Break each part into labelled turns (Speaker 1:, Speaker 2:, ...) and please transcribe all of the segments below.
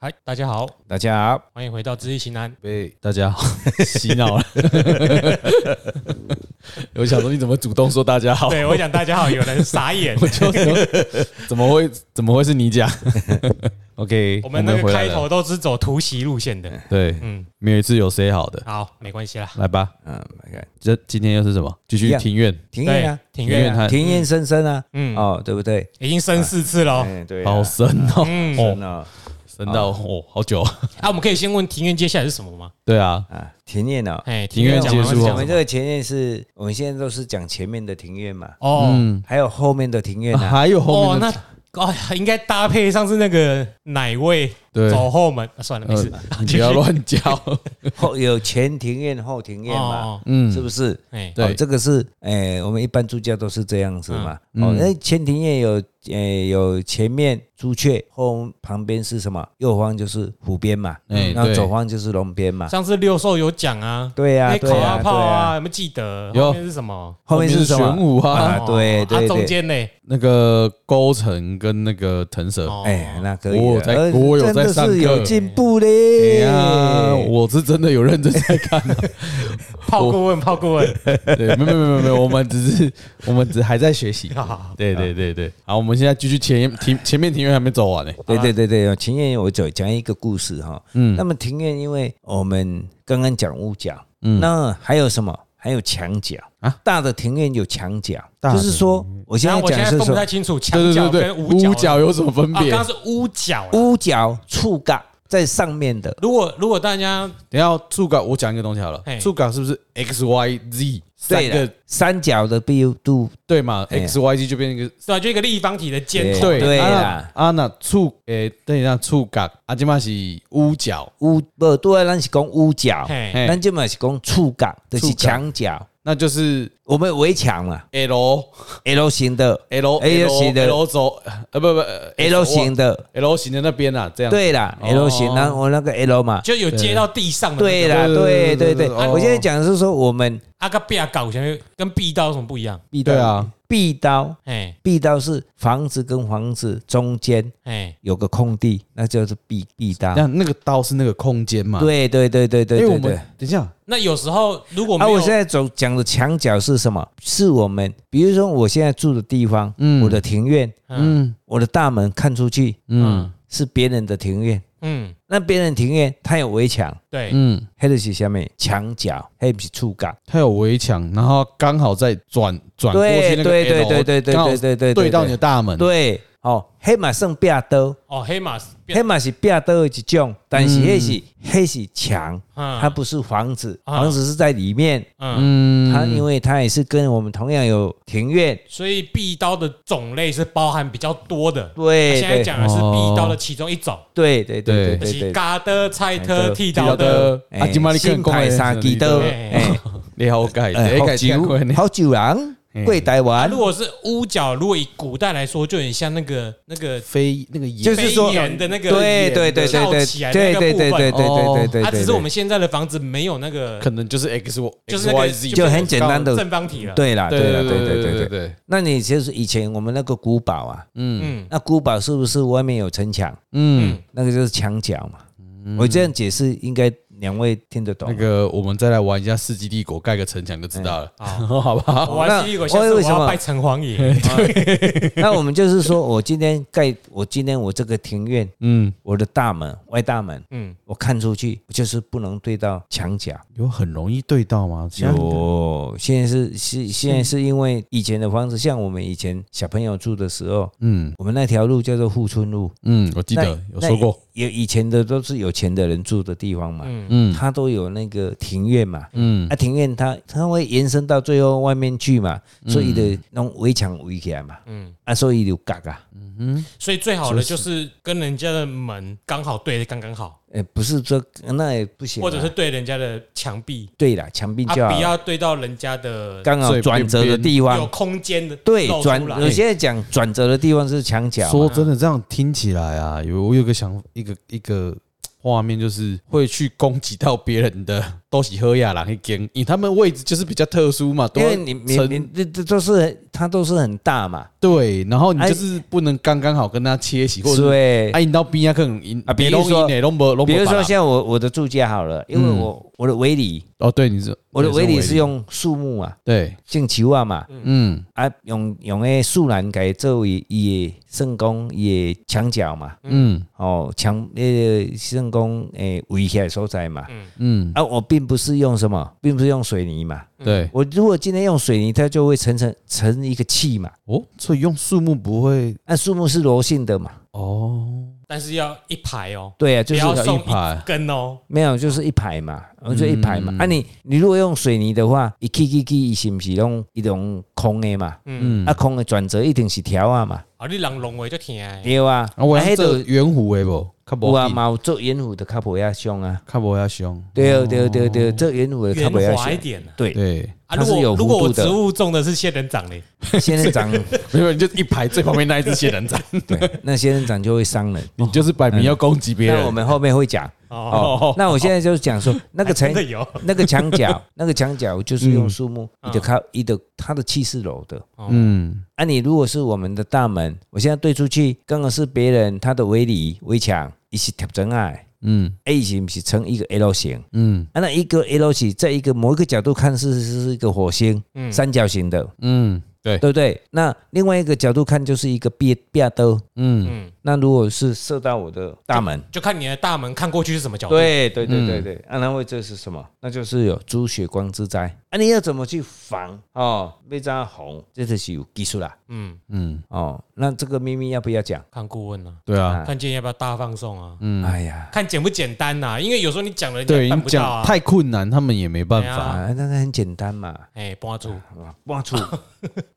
Speaker 1: 嗨，大家好，
Speaker 2: 大家好，
Speaker 1: 欢迎回到知易行难。
Speaker 2: 被
Speaker 3: 大家好，洗脑了。我想说，你怎么主动说大家好？
Speaker 1: 对我讲大家好，有人傻 眼。
Speaker 3: 我就说，怎么会怎么会是你讲？
Speaker 2: OK，
Speaker 1: 我们那个
Speaker 2: 回来
Speaker 1: 开
Speaker 2: 了
Speaker 1: 头都是走突袭路线的。
Speaker 3: 对，
Speaker 1: 嗯，
Speaker 3: 没有一次有谁好的。
Speaker 1: 好，没关系啦。
Speaker 3: 来吧，
Speaker 2: 嗯，OK，
Speaker 3: 这今天又是什么？继
Speaker 2: 一
Speaker 3: 续
Speaker 2: 样
Speaker 3: 庭院，
Speaker 2: 庭院啊，
Speaker 1: 庭
Speaker 3: 院
Speaker 1: 院
Speaker 3: 啊
Speaker 2: 庭院深深啊，
Speaker 1: 嗯
Speaker 2: 哦，对不对？
Speaker 1: 已经升四次了哦。
Speaker 2: 哎，对啊，
Speaker 3: 好深哦，
Speaker 1: 嗯，
Speaker 2: 深
Speaker 3: 哦，
Speaker 2: 啊
Speaker 3: 深到哦，好久。
Speaker 1: 啊，我们可以先问庭院接下来是什么吗？
Speaker 3: 对啊，
Speaker 2: 啊，庭院啊，
Speaker 1: 哎，
Speaker 3: 庭院
Speaker 1: 讲完
Speaker 3: 结
Speaker 1: 是
Speaker 3: 束哦后
Speaker 2: 我
Speaker 1: 讲
Speaker 2: 们
Speaker 1: 什
Speaker 2: 这
Speaker 1: 么
Speaker 2: 个前院是，我们现在都是讲前面的庭院嘛，
Speaker 1: 哦
Speaker 3: 嗯，
Speaker 2: 还有后面的庭院啊，
Speaker 3: 还有后
Speaker 1: 哦，
Speaker 3: 面的
Speaker 1: 那哦应该搭配上次那个奶味
Speaker 3: 对，
Speaker 1: 走后门。啊算了，没事
Speaker 3: 呃，你不要乱叫。
Speaker 2: 后有前庭院、后庭
Speaker 1: 继续
Speaker 2: 院嘛，
Speaker 1: 哦，
Speaker 3: 嗯
Speaker 2: 是，不是？
Speaker 1: 哎，
Speaker 3: 对
Speaker 2: 哦，这个是，哎，我们一般住家都是这样子嘛。哦，那前庭院有，哎，有前面朱雀，后旁边是什么？右方就是湖边嘛，
Speaker 3: 哎
Speaker 2: 然后
Speaker 3: 对
Speaker 2: 左方就是龙边
Speaker 3: 啊
Speaker 2: 嘛。
Speaker 1: 上次六兽有讲啊，
Speaker 2: 对呀，
Speaker 1: 那哎
Speaker 2: 对
Speaker 1: 烤
Speaker 2: 呀，
Speaker 1: 鸭
Speaker 2: 对
Speaker 1: 炮
Speaker 2: 呀
Speaker 1: 啊，。有没有记得？
Speaker 3: 有
Speaker 1: 后面是什么？
Speaker 2: 后面是什
Speaker 3: 玄
Speaker 2: 么？
Speaker 3: 武啊，
Speaker 2: 啊对对
Speaker 1: 啊
Speaker 2: 对
Speaker 1: 中间呢？
Speaker 3: 那个勾城跟那个腾蛇。
Speaker 1: 哦
Speaker 2: 哎，那可以的，
Speaker 3: 我有在
Speaker 2: 呃
Speaker 3: 我有在
Speaker 2: 真的
Speaker 3: 上课
Speaker 2: 是有进步
Speaker 3: 哎
Speaker 2: 嘞。
Speaker 3: 呀，我是真的有认真在看啊。
Speaker 1: 炮顾问，炮顾问，
Speaker 3: 对，没有没有没有没有，我们只是我们只还在学习。
Speaker 1: 好
Speaker 3: 对对对对，好，我们现在继续前庭前面庭院还没走完呢。
Speaker 2: 对对对对，庭院我讲讲一个故事哈。嗯，那么庭院，因为我们刚刚讲屋角，嗯，那还有什么？还有墙角
Speaker 3: 啊
Speaker 2: 啊，大的庭院有墙角，
Speaker 3: 大的
Speaker 2: 就是说我现在
Speaker 1: 我现
Speaker 2: 讲
Speaker 1: 在
Speaker 2: 是
Speaker 1: 分不
Speaker 2: 说
Speaker 1: 太清楚墙
Speaker 3: 对
Speaker 1: 角
Speaker 3: 对对
Speaker 1: 跟
Speaker 3: 对，
Speaker 1: 屋角
Speaker 3: 屋角有什么分
Speaker 1: 啊，刚
Speaker 3: 别？
Speaker 1: 刚是
Speaker 3: 等
Speaker 1: 屋角啦。
Speaker 2: 屋角、触角在上面的，
Speaker 1: 如果如果大家
Speaker 3: 一下触稿，我讲一个东西好了
Speaker 1: 嘿。
Speaker 3: 触稿是不是 x y z 三
Speaker 2: 对
Speaker 3: 个
Speaker 2: 的，三角的密度，
Speaker 3: 对嘛
Speaker 2: 哎呀
Speaker 3: ？x y z 就变成一个
Speaker 1: 是吧，啊就一个立方体的尖头，
Speaker 3: 对
Speaker 2: 哦对
Speaker 3: 啊那
Speaker 2: 啦
Speaker 3: 啊那触诶，等一下触角啊，今嘛是屋角，
Speaker 2: 屋不对，咱是讲屋角，
Speaker 1: 嘿，
Speaker 3: 嘿
Speaker 2: 咱这嘛是讲触角，就是
Speaker 3: 触角
Speaker 2: 墙角，
Speaker 3: 那就是
Speaker 2: 我们围墙嘛
Speaker 3: l
Speaker 2: ，L 型的。
Speaker 3: L
Speaker 2: L
Speaker 3: L
Speaker 2: 型的
Speaker 3: L 轴，呃不不呃
Speaker 2: L 型的，
Speaker 3: L 型的那边啊，这样
Speaker 2: 对啦
Speaker 3: 哦
Speaker 2: ，L 型，那我那个 L 嘛，
Speaker 1: 就有接到地上的那
Speaker 2: 对
Speaker 1: 个。
Speaker 2: 啦，对
Speaker 3: 对对
Speaker 2: 对对，
Speaker 3: 对哦对
Speaker 2: 我现在讲的是说我们
Speaker 1: 啊，跟壁啊搞起来跟壁刀有什么不一样？
Speaker 2: 壁
Speaker 3: 对，啊，
Speaker 2: 壁刀，
Speaker 1: 哎
Speaker 2: 壁刀是房子跟房子中间
Speaker 1: 哎，
Speaker 2: 有个空地，那就是壁壁刀。
Speaker 3: 那那个刀是那个空间嘛？，
Speaker 2: 啊对对对对对
Speaker 3: 因为我
Speaker 2: 对
Speaker 3: 们
Speaker 2: 对。
Speaker 3: 等一下，
Speaker 1: 那有时候如果没
Speaker 2: 啊，
Speaker 1: 有
Speaker 2: 我现在走讲的墙角是什么？是我们，比如说我现在住的地方，
Speaker 3: 嗯
Speaker 2: 我的庭院，
Speaker 1: 嗯
Speaker 2: 我的大门看出去
Speaker 3: 嗯
Speaker 2: 是别人的庭院，
Speaker 1: 嗯
Speaker 2: 那别人庭院它有围墙，
Speaker 1: 对，
Speaker 3: 嗯，
Speaker 2: 黑的是下面墙角，黑不是触角。
Speaker 3: 它有围墙，然后刚好再转转过去
Speaker 2: 对
Speaker 3: 那个 L,
Speaker 2: 对对对对对
Speaker 3: 刚好
Speaker 2: 对对对
Speaker 3: 对到你的大门。
Speaker 2: 对哦，黑马算壁刀，
Speaker 1: 哦，黑马变
Speaker 2: 黑马是壁刀的一种，但
Speaker 3: 嗯
Speaker 2: 是黑是黑是墙，
Speaker 1: 嗯
Speaker 2: 它不是房子，
Speaker 1: 啊
Speaker 2: 房子是在里面。
Speaker 1: 嗯，
Speaker 3: 嗯，
Speaker 2: 它因为它也是跟我们同样有庭院，
Speaker 1: 所以壁刀的种类是包含比较多的。啊
Speaker 2: 对
Speaker 1: 现在
Speaker 2: 对
Speaker 1: 讲的是壁刀的其中一种，
Speaker 2: 对对对
Speaker 3: 对
Speaker 2: 对对
Speaker 1: 是
Speaker 2: 对。
Speaker 1: 嘎的、菜
Speaker 2: 菜
Speaker 1: 的、
Speaker 2: 刀
Speaker 1: 剃刀
Speaker 3: 到
Speaker 1: 的。
Speaker 3: 的啊，今麦你
Speaker 2: 新
Speaker 3: 看
Speaker 2: 派三支刀，
Speaker 1: 哎
Speaker 2: 哎，
Speaker 3: 你好改，
Speaker 2: 哎
Speaker 3: 你
Speaker 2: 好
Speaker 3: 改
Speaker 2: 久
Speaker 3: 讲过呢。
Speaker 2: 好久人
Speaker 3: 哎
Speaker 2: 贵台
Speaker 1: 啊，
Speaker 2: 湾
Speaker 1: 如，果是屋角，如果以古代来说，就很像那个那个
Speaker 3: 飞那个眼
Speaker 2: 就是
Speaker 1: 飞
Speaker 2: 说
Speaker 1: 檐的那个
Speaker 2: 对对对对
Speaker 1: 翘
Speaker 2: 对
Speaker 1: 起来的
Speaker 2: 对
Speaker 1: 那
Speaker 2: 对
Speaker 1: 个
Speaker 2: 对
Speaker 1: 部
Speaker 2: 对对对
Speaker 1: 分，
Speaker 3: 哦
Speaker 2: 对对，
Speaker 1: 它啊只是
Speaker 2: 对
Speaker 1: 我们现在的房子没有那个
Speaker 3: 可能就是 x y
Speaker 1: 就是
Speaker 3: x
Speaker 1: 那
Speaker 3: y
Speaker 1: 个
Speaker 3: z，
Speaker 1: 就
Speaker 2: 就很简单的
Speaker 1: 正方体了。，
Speaker 2: 对啦对啦对对对对。
Speaker 3: 对，
Speaker 2: 那你就是以前我们那个古堡啊，
Speaker 1: 嗯
Speaker 2: 那古堡是不是外面有城墙？
Speaker 3: 嗯，
Speaker 1: 嗯，
Speaker 2: 那个就是墙角嘛。我这样解释，应该两位听得懂
Speaker 3: 那
Speaker 2: 吗。
Speaker 3: 个我们再来玩一下《世纪帝国》，盖个城墙就知道了，
Speaker 1: 好
Speaker 3: 好不好？
Speaker 1: 我还是一个，
Speaker 2: 哦那
Speaker 1: 下次
Speaker 2: 我
Speaker 1: 我
Speaker 2: 为什
Speaker 1: 要
Speaker 2: 么
Speaker 1: 拜城隍 爷。
Speaker 2: 那我们就是说，我今天盖，我今天我这个庭院，
Speaker 3: 嗯，
Speaker 2: 我的大门外大门，
Speaker 1: 嗯，
Speaker 2: 我看出去就是不能对到墙角。
Speaker 3: 有很容易对到吗？现在
Speaker 2: 有，现在是是现在是因为以前的房子，像我们以前小朋友住的时候，
Speaker 3: 嗯
Speaker 2: 我们那条路叫做富春路，
Speaker 3: 嗯，我记
Speaker 2: 那
Speaker 3: 得有说过，，
Speaker 2: 那有以前的都是有钱的人住的地方嘛，
Speaker 1: 嗯
Speaker 3: 嗯
Speaker 2: 他都有那个庭院嘛，
Speaker 3: 嗯
Speaker 2: 啊，庭院它它会延伸到最后外面去嘛，
Speaker 3: 嗯
Speaker 2: 所以的弄围墙围起来嘛，
Speaker 1: 嗯，
Speaker 2: 啊，所以就嘎嘎，
Speaker 1: 所以最好的就是跟人家的门刚好对的刚刚好，
Speaker 2: 呃，不是说那也不行啊，
Speaker 1: 或者是对人家的墙壁，
Speaker 2: 对啦，墙壁
Speaker 1: 啊，
Speaker 2: 就
Speaker 1: 不
Speaker 2: 好，
Speaker 1: 要对到人家的
Speaker 2: 刚好
Speaker 3: 最哎
Speaker 2: 转折的地
Speaker 1: 有
Speaker 2: 方，
Speaker 1: 空间的
Speaker 2: 对
Speaker 1: 露，出
Speaker 2: 转，
Speaker 1: 来
Speaker 2: 我现在讲转折的地方是墙角嘛，
Speaker 3: 说真的，这样听起来啊，有我有个想一个一个画面，就是会去攻击到别人的都是喝亚人去间，因为他们位置就是比较特殊嘛，都要
Speaker 2: 因为你你
Speaker 3: 成
Speaker 2: 你这这都是它都是很大嘛，
Speaker 3: 对，然后你
Speaker 2: 哎
Speaker 3: 就是不能刚刚好跟他切起，或者
Speaker 2: 对
Speaker 3: 啊，。引到边啊，可能引
Speaker 2: 哎啊比如
Speaker 3: 拢
Speaker 2: 说
Speaker 3: 引的拢无拢无
Speaker 2: 比如
Speaker 3: 别
Speaker 2: 说
Speaker 3: 人
Speaker 2: 像我我的住家好了，因为
Speaker 3: 嗯
Speaker 2: 我我的围篱，
Speaker 3: 哦，对，你是
Speaker 2: 我的
Speaker 3: 对
Speaker 2: 围篱是用树木啊，
Speaker 3: 对，
Speaker 2: 种树啊嘛，
Speaker 3: 嗯
Speaker 2: 啊用用诶树兰改作为伊的算讲伊的墙角嘛，
Speaker 3: 嗯
Speaker 2: 哦墙那个算讲诶围起来所在嘛，
Speaker 3: 嗯，
Speaker 2: 啊我并不是用什么，并不是用水泥嘛，
Speaker 3: 对，
Speaker 2: 我如果今天用水泥，它就会成成成一个气嘛，
Speaker 3: 哦，所以用树木不会
Speaker 2: 那树木是柔性的嘛，
Speaker 3: 哦，
Speaker 1: 但是要一排哦，
Speaker 2: 对啊，就
Speaker 1: 不
Speaker 2: 是
Speaker 1: 要送
Speaker 3: 一排
Speaker 1: 一根哦，
Speaker 2: 没有，就是一排嘛，我就一排嘛。啊你，你如果用水泥的话，一起起起，它是不是用一种空的嘛？
Speaker 3: 嗯
Speaker 2: 啊，空的转折一定是条啊嘛，
Speaker 1: 好，你人龙尾就欸听的，
Speaker 2: 对啊。
Speaker 3: 啊，我
Speaker 2: 啊那
Speaker 3: 要
Speaker 2: 就
Speaker 3: 做圆弧的不？较
Speaker 2: 有
Speaker 3: 无
Speaker 2: 啊，
Speaker 3: 啊嘛，
Speaker 2: 嘛有做圆弧的较不要凶啊。
Speaker 3: 较无遐凶，
Speaker 2: 对啊对啊对啊
Speaker 3: 哦
Speaker 2: 对啊，做圆弧的较不
Speaker 1: 圆
Speaker 2: 要
Speaker 1: 滑一
Speaker 2: 凶。
Speaker 1: 点啊
Speaker 2: 对，
Speaker 3: 对，
Speaker 1: 啊。
Speaker 2: 它
Speaker 1: 如
Speaker 2: 是有
Speaker 1: 果
Speaker 2: 弧
Speaker 1: 如果我
Speaker 2: 度的
Speaker 1: 植物种的是仙人掌欸嘞，
Speaker 2: 仙人 掌，
Speaker 3: 没有，你就一排最旁边那一只仙人 掌，
Speaker 2: 对，那仙人掌就会伤人。
Speaker 3: 你就是摆明要攻击别
Speaker 2: 那我
Speaker 3: 人，
Speaker 2: 们后面会讲哦。那我现在就 是讲说，那个
Speaker 1: 真
Speaker 2: 城
Speaker 1: 的有
Speaker 2: 那个墙角， 那个墙角就是用树木，
Speaker 1: 嗯
Speaker 2: 你的靠，你的它的气是柔的。
Speaker 3: 嗯
Speaker 2: 啊，你如果是我们的大门，我现在对出去，刚刚是别人他的围篱、围墙，一起调整矮
Speaker 3: 嗯
Speaker 2: ，A 型啊是成一个 L 型。
Speaker 3: 嗯
Speaker 2: 啊，那一个 L 型，在一个某一个角度看是是是一个火星，
Speaker 1: 嗯
Speaker 2: 三角形的，
Speaker 3: 嗯，对，
Speaker 2: 对不对？那另外一个角度看就是一个壁壁兜。
Speaker 3: 嗯
Speaker 1: 嗯，
Speaker 2: 那如果是射到我的大门，
Speaker 1: 就看你的大门看过去是什么角度。
Speaker 2: 对对对
Speaker 3: 嗯
Speaker 2: 对对，啊，那会这是什么？那就是有猪血光之灾啊！你要怎么去防哦？被这样红，这就是有技术啦
Speaker 1: 嗯，
Speaker 3: 嗯，
Speaker 2: 哦。那这个秘密要不要讲？
Speaker 1: 看顾问啊，
Speaker 3: 对啊，
Speaker 1: 看今天要不要大放送啊？
Speaker 3: 嗯
Speaker 2: 哎呀，
Speaker 1: 看简不简单呐？因为有时候你讲了，人家
Speaker 3: 对
Speaker 1: 办
Speaker 3: 你
Speaker 1: 不到
Speaker 3: 讲
Speaker 1: 啊。
Speaker 3: 太困难，他们也没办
Speaker 1: 对
Speaker 3: 法，
Speaker 2: 啊，那个很简单嘛，
Speaker 1: 哎，搬出
Speaker 2: 搬出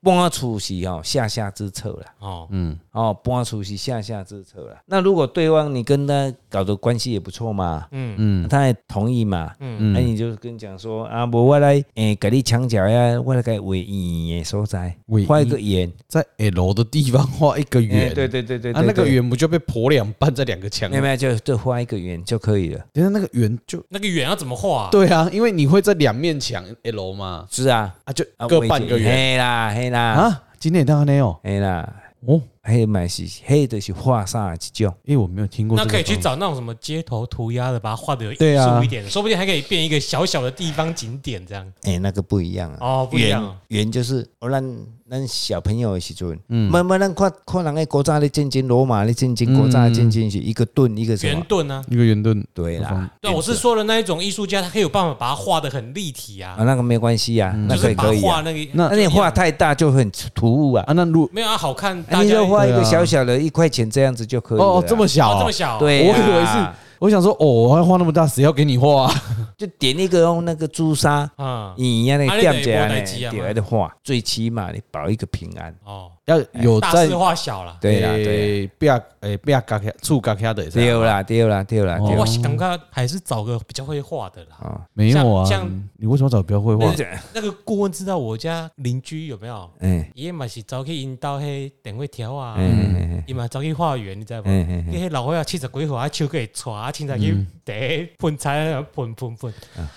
Speaker 2: 搬出是哦下下之策啦，
Speaker 1: 哦，
Speaker 3: 嗯
Speaker 2: 哦搬出是下下之策啦。那如果对方你跟他搞的关系也不错嘛，
Speaker 1: 嗯
Speaker 3: 嗯
Speaker 2: 他也同意嘛，
Speaker 3: 嗯
Speaker 2: 那、你就跟讲说啊，无我来诶，给你墙角呀，我来给画圆的所在
Speaker 3: 画，
Speaker 2: 画一个圆，
Speaker 3: 在 L 的地方画一个
Speaker 2: 哎
Speaker 3: 圆，
Speaker 2: 对对对对，
Speaker 3: 啊，
Speaker 2: 对
Speaker 3: 那个。
Speaker 2: 对
Speaker 3: 圆不就被剖两半在两个墙
Speaker 2: 没？有没有，就就画一个圆就可以了。
Speaker 3: 等下那个圆
Speaker 2: 哦
Speaker 3: 就
Speaker 1: 那个圆要怎么画啊？
Speaker 3: 对啊，因为你会在两面墙 L 嘛，
Speaker 2: 是啊，
Speaker 3: 啊就
Speaker 2: 啊
Speaker 3: 各半个圆
Speaker 2: 嘿啦嘿啦
Speaker 3: 啊。今天当然哦，
Speaker 2: 嘿啦，
Speaker 3: 哦，
Speaker 2: 嘿嘛是嘿就是画煞一种。
Speaker 3: 因为我没有听过这
Speaker 1: 那
Speaker 3: 个
Speaker 1: 可以
Speaker 3: 方法，
Speaker 1: 去找那种什么街头涂鸦的，把它画的有艺
Speaker 3: 对啊
Speaker 1: 术一点，说不定还可以变一个小小的地方景点这样。
Speaker 2: 哎、那个不一样啊。
Speaker 1: 哦，不一样啊，
Speaker 2: 圆就是哦，咱咱小朋友的时阵，慢慢咱看看人的国家的进军罗马的进军国家的进军是一个盾一个什
Speaker 1: 圆
Speaker 2: 么？
Speaker 1: 盾啊。
Speaker 3: 一个圆盾，
Speaker 2: 对啦，
Speaker 1: 对，啊我是说的那一种艺术家，他可以有办法把它画的很立体啊
Speaker 2: 啊，，那个没关系啊，
Speaker 1: 嗯
Speaker 2: 那
Speaker 1: 就
Speaker 2: 可
Speaker 1: 是
Speaker 2: 以
Speaker 1: 把
Speaker 2: 可
Speaker 1: 它
Speaker 2: 以
Speaker 1: 画
Speaker 2: 啊。
Speaker 1: 那个
Speaker 3: 那
Speaker 2: 那你画太大就很突兀啊，
Speaker 3: 啊，那如
Speaker 1: 没有啊，好看，
Speaker 2: 啊
Speaker 1: 大
Speaker 2: 你
Speaker 1: 家
Speaker 2: 就画一个
Speaker 3: 对啊
Speaker 2: 小小的一块钱这样子就可以了啊。
Speaker 3: 哦这么
Speaker 1: 哦
Speaker 3: 小
Speaker 1: 这么
Speaker 3: 哦，
Speaker 1: 小，
Speaker 2: 对啊，
Speaker 3: 我以为是我想说哦，我还画那么大，谁要给你画 啊？
Speaker 2: 就点一个哦用那个朱砂
Speaker 1: 啊，
Speaker 2: 你那
Speaker 1: 啊
Speaker 2: 个
Speaker 1: 你
Speaker 2: 点起
Speaker 1: 就会
Speaker 2: 来
Speaker 1: 没
Speaker 2: 呢
Speaker 1: 代志啊嘛
Speaker 2: 点来的话，最起码你保一个平安。
Speaker 1: 哦，
Speaker 3: 要有
Speaker 1: 大
Speaker 3: 在
Speaker 1: 事化小啦。
Speaker 2: 对
Speaker 3: 哎
Speaker 2: 啦，对啦，
Speaker 3: 诶，不要诶，不要嘎卡触嘎卡的，啊
Speaker 2: 对哦啦，对啦，对啦，对
Speaker 3: 哦
Speaker 1: 我
Speaker 2: 啦。
Speaker 1: 是感觉还是找个比较会画的啦。
Speaker 2: 哦，
Speaker 3: 没有啊
Speaker 1: 像像，
Speaker 3: 你为什么找标会画
Speaker 1: 那？个那个顾问知道我家邻居有没有？
Speaker 2: 嗯
Speaker 1: 伊嘛是走去引导迄电话条啊，
Speaker 2: 嗯
Speaker 1: 伊嘛走去化缘，你知无？
Speaker 2: 嗯嗯嗯
Speaker 1: 迄老伙仔七十几岁，啊手个会颤，啊，凊彩去地喷菜，喷喷喷。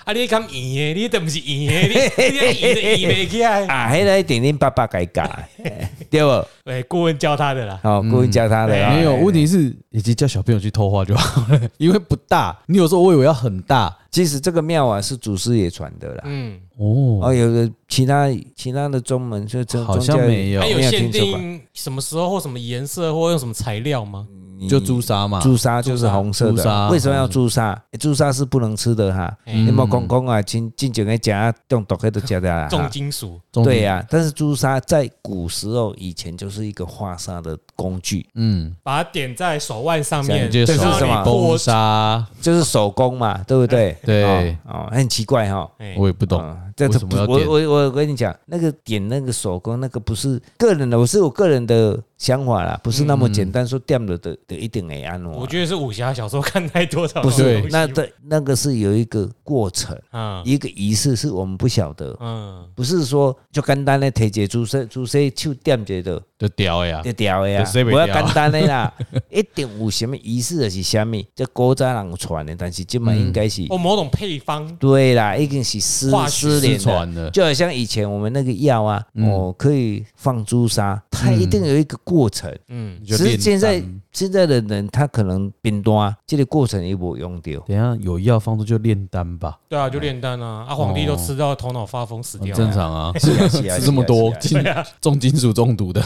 Speaker 1: 啊，你敢圆的，你都毋是圆的，你 你圆的圆袂起
Speaker 2: 嗯，
Speaker 1: 来。
Speaker 2: 啊，迄个点点爸爸该教的，嘿对不？
Speaker 1: 诶，哎顾问教他的啦。
Speaker 2: 好，
Speaker 3: 哦
Speaker 2: 故意教他的啦。
Speaker 3: 没有，
Speaker 2: 哎
Speaker 3: 问题是已经叫小朋友去偷画就好了， 因为不大。你有时候我以为要很大
Speaker 2: 其实这个庙啊是祖师爷传的啦。
Speaker 1: 嗯，
Speaker 3: 哦，
Speaker 2: 哦，有个其他其他的宗门就宗
Speaker 3: 好像
Speaker 2: 宗教
Speaker 3: 没有
Speaker 1: 还有
Speaker 2: 哦没有
Speaker 1: 限
Speaker 2: 听说过嗯
Speaker 1: 定什么时候或什么颜色或用什么材料吗？
Speaker 3: 就朱砂嘛，
Speaker 2: 朱砂就是红色
Speaker 3: 朱砂
Speaker 2: 的，为什么要朱砂？欸朱砂是不能吃的哈。
Speaker 1: 嗯
Speaker 2: 你莫讲讲啊，进进前的食中毒的都食的啦。
Speaker 1: 重金属，
Speaker 3: 中
Speaker 2: 对
Speaker 3: 间，
Speaker 2: 呀、但是朱砂在古时候以前就是一个化砂的工具，
Speaker 3: 嗯，
Speaker 1: 把它点在手腕上面，
Speaker 3: 这
Speaker 2: 是
Speaker 1: 然后
Speaker 2: 什么
Speaker 1: 你破
Speaker 3: 崩砂，
Speaker 2: 就是手工嘛，对不对？
Speaker 3: 对
Speaker 2: 哦，哦很奇怪哈、哦。
Speaker 1: 哎
Speaker 3: 我也不懂。
Speaker 2: 嗯，这
Speaker 3: 为
Speaker 2: 这
Speaker 3: 什么
Speaker 2: 不
Speaker 3: 要
Speaker 2: 我
Speaker 3: 点
Speaker 2: 我我跟你讲，那个点那个手工，那个不是个人的，我是我个人的想法啦，不是那么简单说点了的的一定会安我
Speaker 1: 我觉得是武侠小说看太多了，
Speaker 2: 不
Speaker 1: 这种
Speaker 2: 是
Speaker 1: 东西
Speaker 2: 那对那个是有一个过程，
Speaker 1: 嗯
Speaker 2: 一个仪式是我们不晓得，
Speaker 1: 嗯，
Speaker 2: 不是说就简单的摕一个注射注射手点一个
Speaker 3: 就屌呀
Speaker 2: 就，掉的啊
Speaker 3: 就，洗不
Speaker 2: 不要
Speaker 3: 掉
Speaker 2: 简单的啦，一定有什么仪式的是什么，这古早人传的，但是今嘛应该是
Speaker 1: 我哦某种配方，
Speaker 2: 对啦，已经是失
Speaker 1: 化学
Speaker 2: 失
Speaker 3: 失
Speaker 2: 联了。
Speaker 3: 传了，
Speaker 2: 就好像以前我们那个药啊，
Speaker 3: 嗯
Speaker 2: 哦，可以放朱砂，它一定有一个过程。
Speaker 1: 嗯，
Speaker 3: 就
Speaker 2: 只是
Speaker 3: 炼
Speaker 2: 现在
Speaker 3: 丹
Speaker 2: 现在的人，他可能冰端这个过程也无用掉。
Speaker 3: 等一下有药放出就炼丹吧，
Speaker 1: 对啊，就炼丹啊，啊，皇帝都吃到头脑发疯死
Speaker 3: 很
Speaker 1: 掉，
Speaker 3: 正，常啊，
Speaker 2: 是啊是啊
Speaker 3: 吃这么多
Speaker 2: 是啊
Speaker 3: 金 重金属中毒的，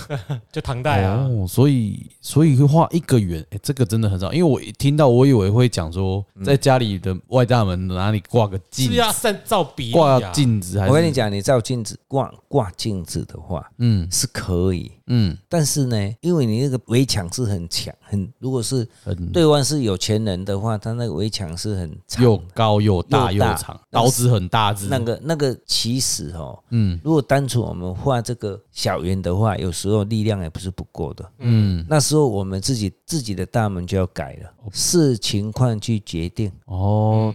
Speaker 1: 就唐代啊，
Speaker 3: 哦，所以所以会花一个元，哎、这个真的很少，因为我一听到我以为会讲说，
Speaker 2: 嗯
Speaker 3: 在家里的外大门哪里挂个
Speaker 1: 是
Speaker 3: 镜
Speaker 1: 不
Speaker 2: 啊
Speaker 1: 是，要按照比例
Speaker 3: 挂
Speaker 1: 啊，
Speaker 3: 镜子还是
Speaker 2: 我跟你，讲，你照镜子挂挂镜子的话
Speaker 3: 嗯
Speaker 2: 是可以，
Speaker 3: 嗯，
Speaker 2: 但是呢，因为你那个围墙是很强，很如果是
Speaker 3: 很
Speaker 2: 对方是有钱人的话，他那个围墙是很长
Speaker 3: 又
Speaker 2: 的，
Speaker 3: 高又大
Speaker 2: 又
Speaker 3: 又
Speaker 2: 大
Speaker 3: 长，刀子很大只，
Speaker 2: 那个那个其实哦，
Speaker 3: 嗯
Speaker 2: 如果单纯我们画这个小圆的话，有时候力量也不是不够的。
Speaker 3: 嗯，
Speaker 2: 那时候我们自己自己的大门就要改了，视情况去决定。
Speaker 3: 哦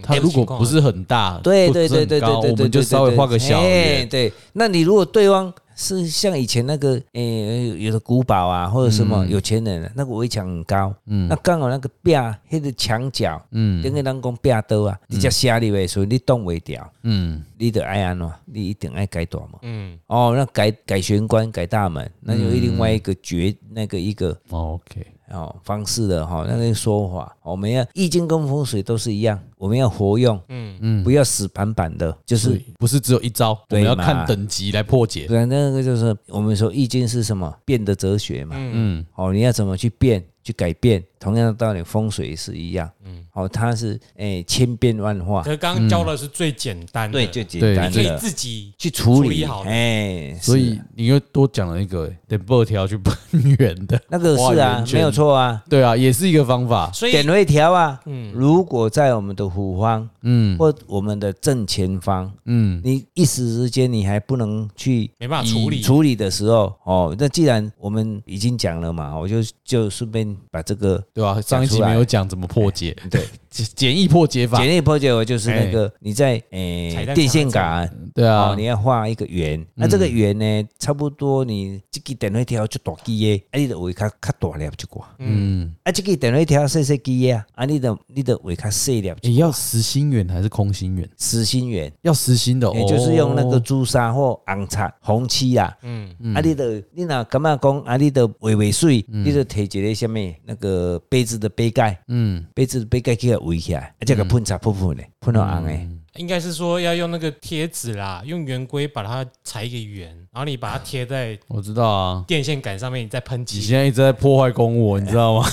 Speaker 1: 嗯，
Speaker 3: 它如果不是很大，
Speaker 2: 对
Speaker 3: 不
Speaker 2: 对
Speaker 3: 是
Speaker 2: 对对对
Speaker 3: 很高
Speaker 2: 对对，
Speaker 3: 我们就
Speaker 2: 对
Speaker 3: 稍微画个小。
Speaker 2: 对
Speaker 3: 圆，
Speaker 2: 对，对那你如果对方是像以前那个诶、有的古堡啊，或者什么有钱人啊，那个围墙很高，
Speaker 3: 嗯
Speaker 2: 那刚好那个壁那个墙角，
Speaker 3: 嗯
Speaker 2: 等于咱讲壁刀啊，你只下入去，所以你挡袂掉，
Speaker 3: 嗯
Speaker 2: 你得爱安怎，你一定爱改大门。
Speaker 1: 嗯，
Speaker 2: 哦，那改改玄关、改大门，那就另外一个绝那个一个
Speaker 3: ，OK，
Speaker 2: 哦方式的哈、那个说法，我们要易经跟风水都是一样，我们要活用，嗯嗯，不要死板板的，就是
Speaker 3: 是不是只有一招？我
Speaker 2: 对
Speaker 3: 们要
Speaker 2: 嘛
Speaker 3: 看等级来破解。
Speaker 2: 对啊，那个就是我们说易经是什么变的哲学嘛，
Speaker 3: 嗯
Speaker 2: 哦，你要怎么去变、去改变，同样的道理，风水是一样，嗯，哦，它是诶、千变万化
Speaker 1: 可，是刚刚教的是最简单的，
Speaker 2: 嗯对，最简
Speaker 3: 对
Speaker 2: 单
Speaker 1: 可以
Speaker 2: 的
Speaker 1: 自己
Speaker 2: 去处
Speaker 1: 处
Speaker 2: 理
Speaker 1: 理好，的
Speaker 2: 哎、是
Speaker 3: 所以你又多讲了一个、欸，得拨条去喷圆的，
Speaker 2: 那个
Speaker 3: 画
Speaker 2: 是啊
Speaker 3: 圆，圈
Speaker 2: 没有，错啊，
Speaker 3: 对啊，也是一个方法。
Speaker 1: 所以嗯
Speaker 2: 点位条啊，如果在我们的虎方，嗯，或我们的正前方，
Speaker 3: 嗯，
Speaker 2: 你一时之间你还不能去
Speaker 1: 没办法处理，
Speaker 2: 处理的时候，哦，那既然我们已经讲了嘛，我就就顺便把这个
Speaker 3: 对啊，上一集
Speaker 2: 出来
Speaker 3: 没有讲怎么破解，
Speaker 2: 对
Speaker 3: 简简易破解法
Speaker 2: 简，易破解，我就是那个你在
Speaker 1: 哎彩
Speaker 2: 诶
Speaker 1: 蛋
Speaker 2: 电线杆。
Speaker 3: 对
Speaker 2: 哦
Speaker 3: 啊，，嗯
Speaker 2: 你要画一个圆，那这个圆呢，差不多你这个电位条就大支的，啊，你的画较较大粒一挂，
Speaker 3: 嗯，
Speaker 2: 啊，这个电位条细细支的啊，啊，你的你的画较细粒一
Speaker 3: 你、欸要实心圆还是空心圆？
Speaker 2: 实心圆。
Speaker 3: 要实心的，
Speaker 2: 也就是用那个
Speaker 3: 哦
Speaker 2: 朱砂或红茶、红漆啊。
Speaker 1: 嗯，
Speaker 2: 啊，你的你若感觉讲啊，你的画画水，你就摕一个什么那个杯子的杯盖，
Speaker 3: 嗯，
Speaker 2: 杯子的杯盖去给它围起来，啊，这个喷茶喷喷的，喷到红的。
Speaker 3: 嗯
Speaker 1: 应该是说要用那个贴纸啦，用圆规把它裁一个圆，然后你把它贴在
Speaker 3: 我知道啊。
Speaker 1: 电线杆上面，你再喷
Speaker 3: 你
Speaker 1: 漆。
Speaker 3: 现在一直在破坏公我，你知道 吗？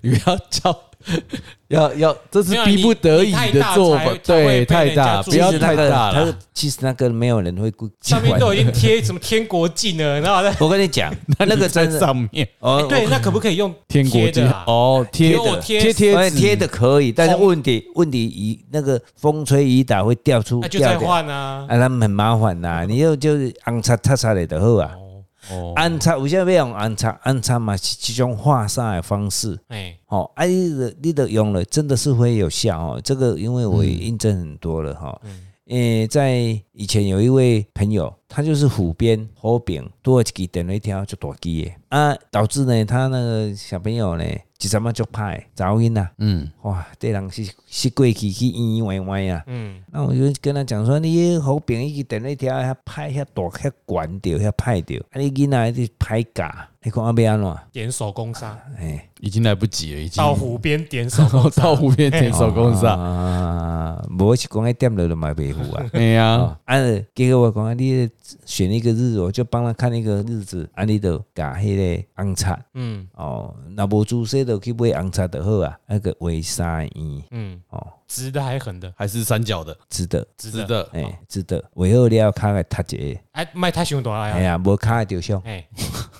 Speaker 3: 你不要叫， 要要，这是
Speaker 1: 没有啊
Speaker 3: 逼不得已
Speaker 1: 你你太
Speaker 3: 的
Speaker 1: 大
Speaker 3: 做
Speaker 1: 才才，
Speaker 3: 法
Speaker 1: 会
Speaker 3: 对，
Speaker 1: 被
Speaker 3: 太
Speaker 1: 人家
Speaker 3: 大，
Speaker 1: 注
Speaker 3: 不
Speaker 1: 意
Speaker 3: 要
Speaker 2: 其实
Speaker 3: 太
Speaker 2: 那个
Speaker 3: 大
Speaker 2: 它
Speaker 3: 了
Speaker 2: 是。其实那个没有人会顾忌
Speaker 1: 上面
Speaker 2: 欢
Speaker 1: 都已经贴什么天国境了，然后再、
Speaker 2: 我跟你讲，那个真
Speaker 3: 在
Speaker 2: 的
Speaker 3: 上面，
Speaker 1: 哎
Speaker 2: 哦，
Speaker 1: 对，那可不可以用
Speaker 3: 天国
Speaker 1: 贴
Speaker 3: 际
Speaker 1: 的啊？
Speaker 3: 哦，贴
Speaker 1: 给我
Speaker 3: 的
Speaker 1: 贴
Speaker 3: 贴
Speaker 2: 我
Speaker 3: 贴纸
Speaker 2: 哎贴的可以，但是问题问题一那个风吹雨打会掉出
Speaker 1: 那就
Speaker 2: 掉
Speaker 1: 再
Speaker 2: 掉，啊，
Speaker 1: 换啊。
Speaker 2: 他们很麻烦呐，你就就是红擦擦擦的就好啊。
Speaker 1: 哦，
Speaker 3: 哦，
Speaker 2: 安插为啥要用安插？安插嘛是一种画煞的方式。
Speaker 1: 哎，
Speaker 2: 哦，啊，你的你的用了，真的是会有效哦。这个因为我也印证很多了哈、诶、在以前有一位朋友，他就是湖边火饼多一支电了一条就大支的啊，导致呢他那个小朋友呢，一阵么就怕查某囡仔，
Speaker 3: 嗯，
Speaker 2: 哇，对人是是过去去医院歪歪啊。
Speaker 1: 嗯，
Speaker 2: 那我就跟他讲说，你好朋友一电那条遐歹遐大遐悬着遐歹着，啊你囡仔你歹教，你看要安怎？
Speaker 1: 点手工砂，
Speaker 2: 哎，
Speaker 3: 已经来不及了，已经
Speaker 1: 到湖边点手工砂，
Speaker 3: 嗯到湖边
Speaker 2: 哎
Speaker 3: 填手工
Speaker 2: 哦
Speaker 3: 上，
Speaker 2: 啊，无是讲爱点落就嘛袂 赴啊。
Speaker 3: 哎呀，
Speaker 2: 啊，啊，结果我讲你选一个日子，我就帮他看一个日子，啊，你就甲迄个红茶
Speaker 1: 嗯
Speaker 2: 哦，若无注射就去买红茶就好啊，那个为啥医
Speaker 1: 嗯，
Speaker 2: 哦，
Speaker 1: 直的还狠的，
Speaker 3: 还是三角的，
Speaker 2: 值得，
Speaker 1: 直
Speaker 3: 是
Speaker 1: 的，
Speaker 3: 的，
Speaker 2: 哎，值得，为好了卡来读一下，
Speaker 1: 哎，卖太凶多
Speaker 2: 哎
Speaker 1: 呀，
Speaker 2: 呀，无卡会着伤
Speaker 1: 哎，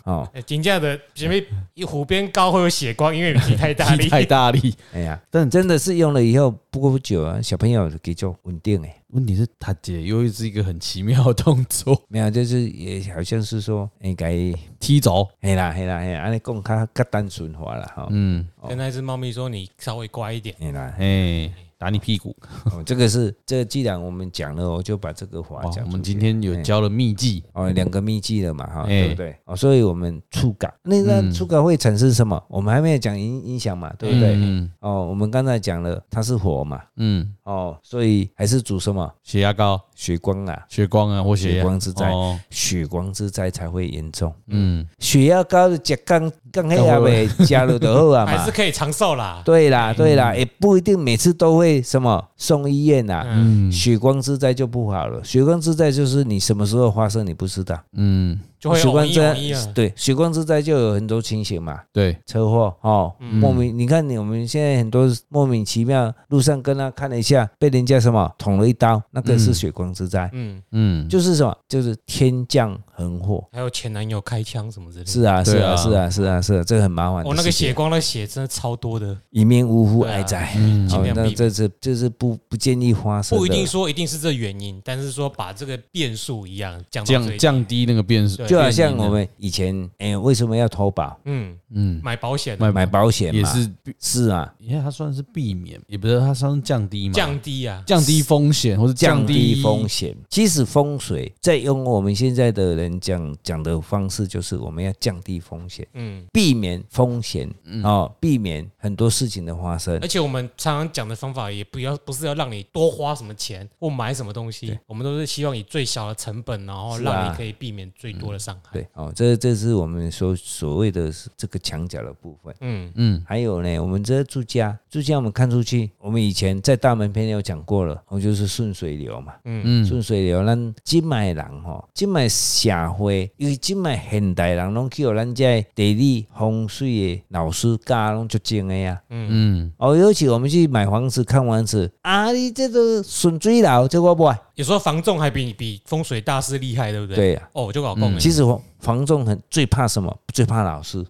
Speaker 2: 哦，
Speaker 1: 哎真正的前面一湖边高会有血光，因为雨太大力
Speaker 3: 踢，太大力，
Speaker 2: 哎呀。
Speaker 3: 但
Speaker 2: 真的是用了以后不过不久啊，小朋友就比较稳定哎，
Speaker 3: 问题是他姐又是一个很奇妙的动 作，
Speaker 2: 没有，就是也好像是说，哎、该
Speaker 3: 踢走，
Speaker 2: 嘿啦嘿啦嘿啦，安尼讲较较单纯化啦吼，
Speaker 3: 嗯，
Speaker 1: 跟那只猫咪说你稍微乖一点，
Speaker 2: 嘿啦，
Speaker 3: 哎，打你屁股。
Speaker 2: 哦，这个是这既然我们讲了，我哦就把这个话
Speaker 3: 哇
Speaker 2: 讲出去。，
Speaker 3: 哦我们今天有教了秘技，
Speaker 2: 哦，两个秘技了嘛，哈，
Speaker 3: 哎嗯
Speaker 2: 对不对？哦，所以我们触感，那那触感会产生什么？我们还没有讲影影响嘛，对不对？
Speaker 3: 嗯
Speaker 2: 哦，我们刚才讲了，它是火嘛，
Speaker 3: 嗯，
Speaker 2: 哦，所以还是煮什么
Speaker 3: 血压高、
Speaker 2: 血光啊，
Speaker 3: 血光啊或血
Speaker 2: 血
Speaker 3: 压
Speaker 2: 光之灾，
Speaker 3: 哦，
Speaker 2: 血光之灾才会严重。
Speaker 3: 嗯，
Speaker 2: 血压高的吃刚刚黑阿呗，加入的后啊
Speaker 1: 还
Speaker 2: 嘛
Speaker 1: 是。可以长寿啦。
Speaker 2: 对啦，对啦，
Speaker 3: 嗯
Speaker 2: 也不一定每次都会什么送医院呐、啊。
Speaker 1: 嗯，
Speaker 2: 血光之灾就不好了，血光之灾就是你什么时候发生你不知道。
Speaker 3: 嗯，
Speaker 1: 就会
Speaker 2: 血光
Speaker 1: 红一
Speaker 2: 之
Speaker 1: 红一啊
Speaker 2: 灾，。对，血光之灾就有很多情形嘛，
Speaker 3: 对，
Speaker 2: 车祸哦，
Speaker 3: 嗯
Speaker 2: 莫名，你看你我们现在很多莫名其妙，路上跟他看了一下，被人家什么捅了一刀，那个是血光之灾，
Speaker 1: 嗯，
Speaker 3: 嗯，
Speaker 2: 就是什么，就是天降横祸。
Speaker 1: 还有前男友开枪什么之类的。
Speaker 2: 是啊，是
Speaker 3: 对
Speaker 2: 啊，
Speaker 3: 啊
Speaker 2: 是啊，是啊，是啊，这个很麻烦的事情。
Speaker 1: 我哦那个血光的血真的超多的，
Speaker 2: 一命呜呼
Speaker 1: 对啊
Speaker 2: 哀哉，
Speaker 3: 嗯
Speaker 1: 尽
Speaker 2: 哦，
Speaker 1: 量
Speaker 2: 那
Speaker 1: 避免。
Speaker 2: 这是这是不不建议发生的。
Speaker 1: 不一定说一定是这原因，但是说把这个变数一样降到最
Speaker 3: 降
Speaker 1: 低，
Speaker 3: 降低那个变数，
Speaker 1: 对
Speaker 2: 就好像我们以前，哎，为什么要投保
Speaker 1: 嗯，
Speaker 3: 嗯，
Speaker 1: 买保险
Speaker 3: 买
Speaker 2: 买保险
Speaker 3: 也
Speaker 2: 嘛？
Speaker 3: 是，
Speaker 2: 是啊，
Speaker 3: 因为它算是避免，也不是它算是降低嘛，
Speaker 1: 降低啊，
Speaker 3: 降低风险或者
Speaker 2: 降低
Speaker 3: 低
Speaker 2: 风，险。其实风水在用我们现在的人讲讲的方式，就是我们要降低风险，
Speaker 1: 嗯，
Speaker 2: 避免风险
Speaker 3: 嗯
Speaker 2: 哦，避免很多事情的发生
Speaker 3: 哎
Speaker 1: 而。且我们常常讲的方法也不要不是要让你多花什么钱或买什么东西，我们都是希望以最小的成本，然后
Speaker 2: 是啊
Speaker 1: 让你可以避免最多的伤害。
Speaker 2: 对哦，这这是我们所所谓的这个墙角的部分。
Speaker 1: 嗯，
Speaker 3: 嗯
Speaker 2: 还有呢，我们这住家，住家我们看出去，我们以前在大门篇有讲过了，我就是顺水流嘛。
Speaker 3: 嗯
Speaker 2: 顺水流，咱即卖人吼，即卖社会，因为即卖现代人拢去互咱这地理风水的老师教拢足精的啊。
Speaker 3: 嗯，
Speaker 2: 哦，尤其我们去买房子、看房子，啊，你这个顺水流，这我不爱。
Speaker 1: 有时候防重还比比风水大师厉害，对不对？
Speaker 2: 对嗯呀、
Speaker 1: 哦，我就搞
Speaker 3: 嗯
Speaker 1: 共鸣。
Speaker 2: 其实房房仲很最怕什么？最怕老师，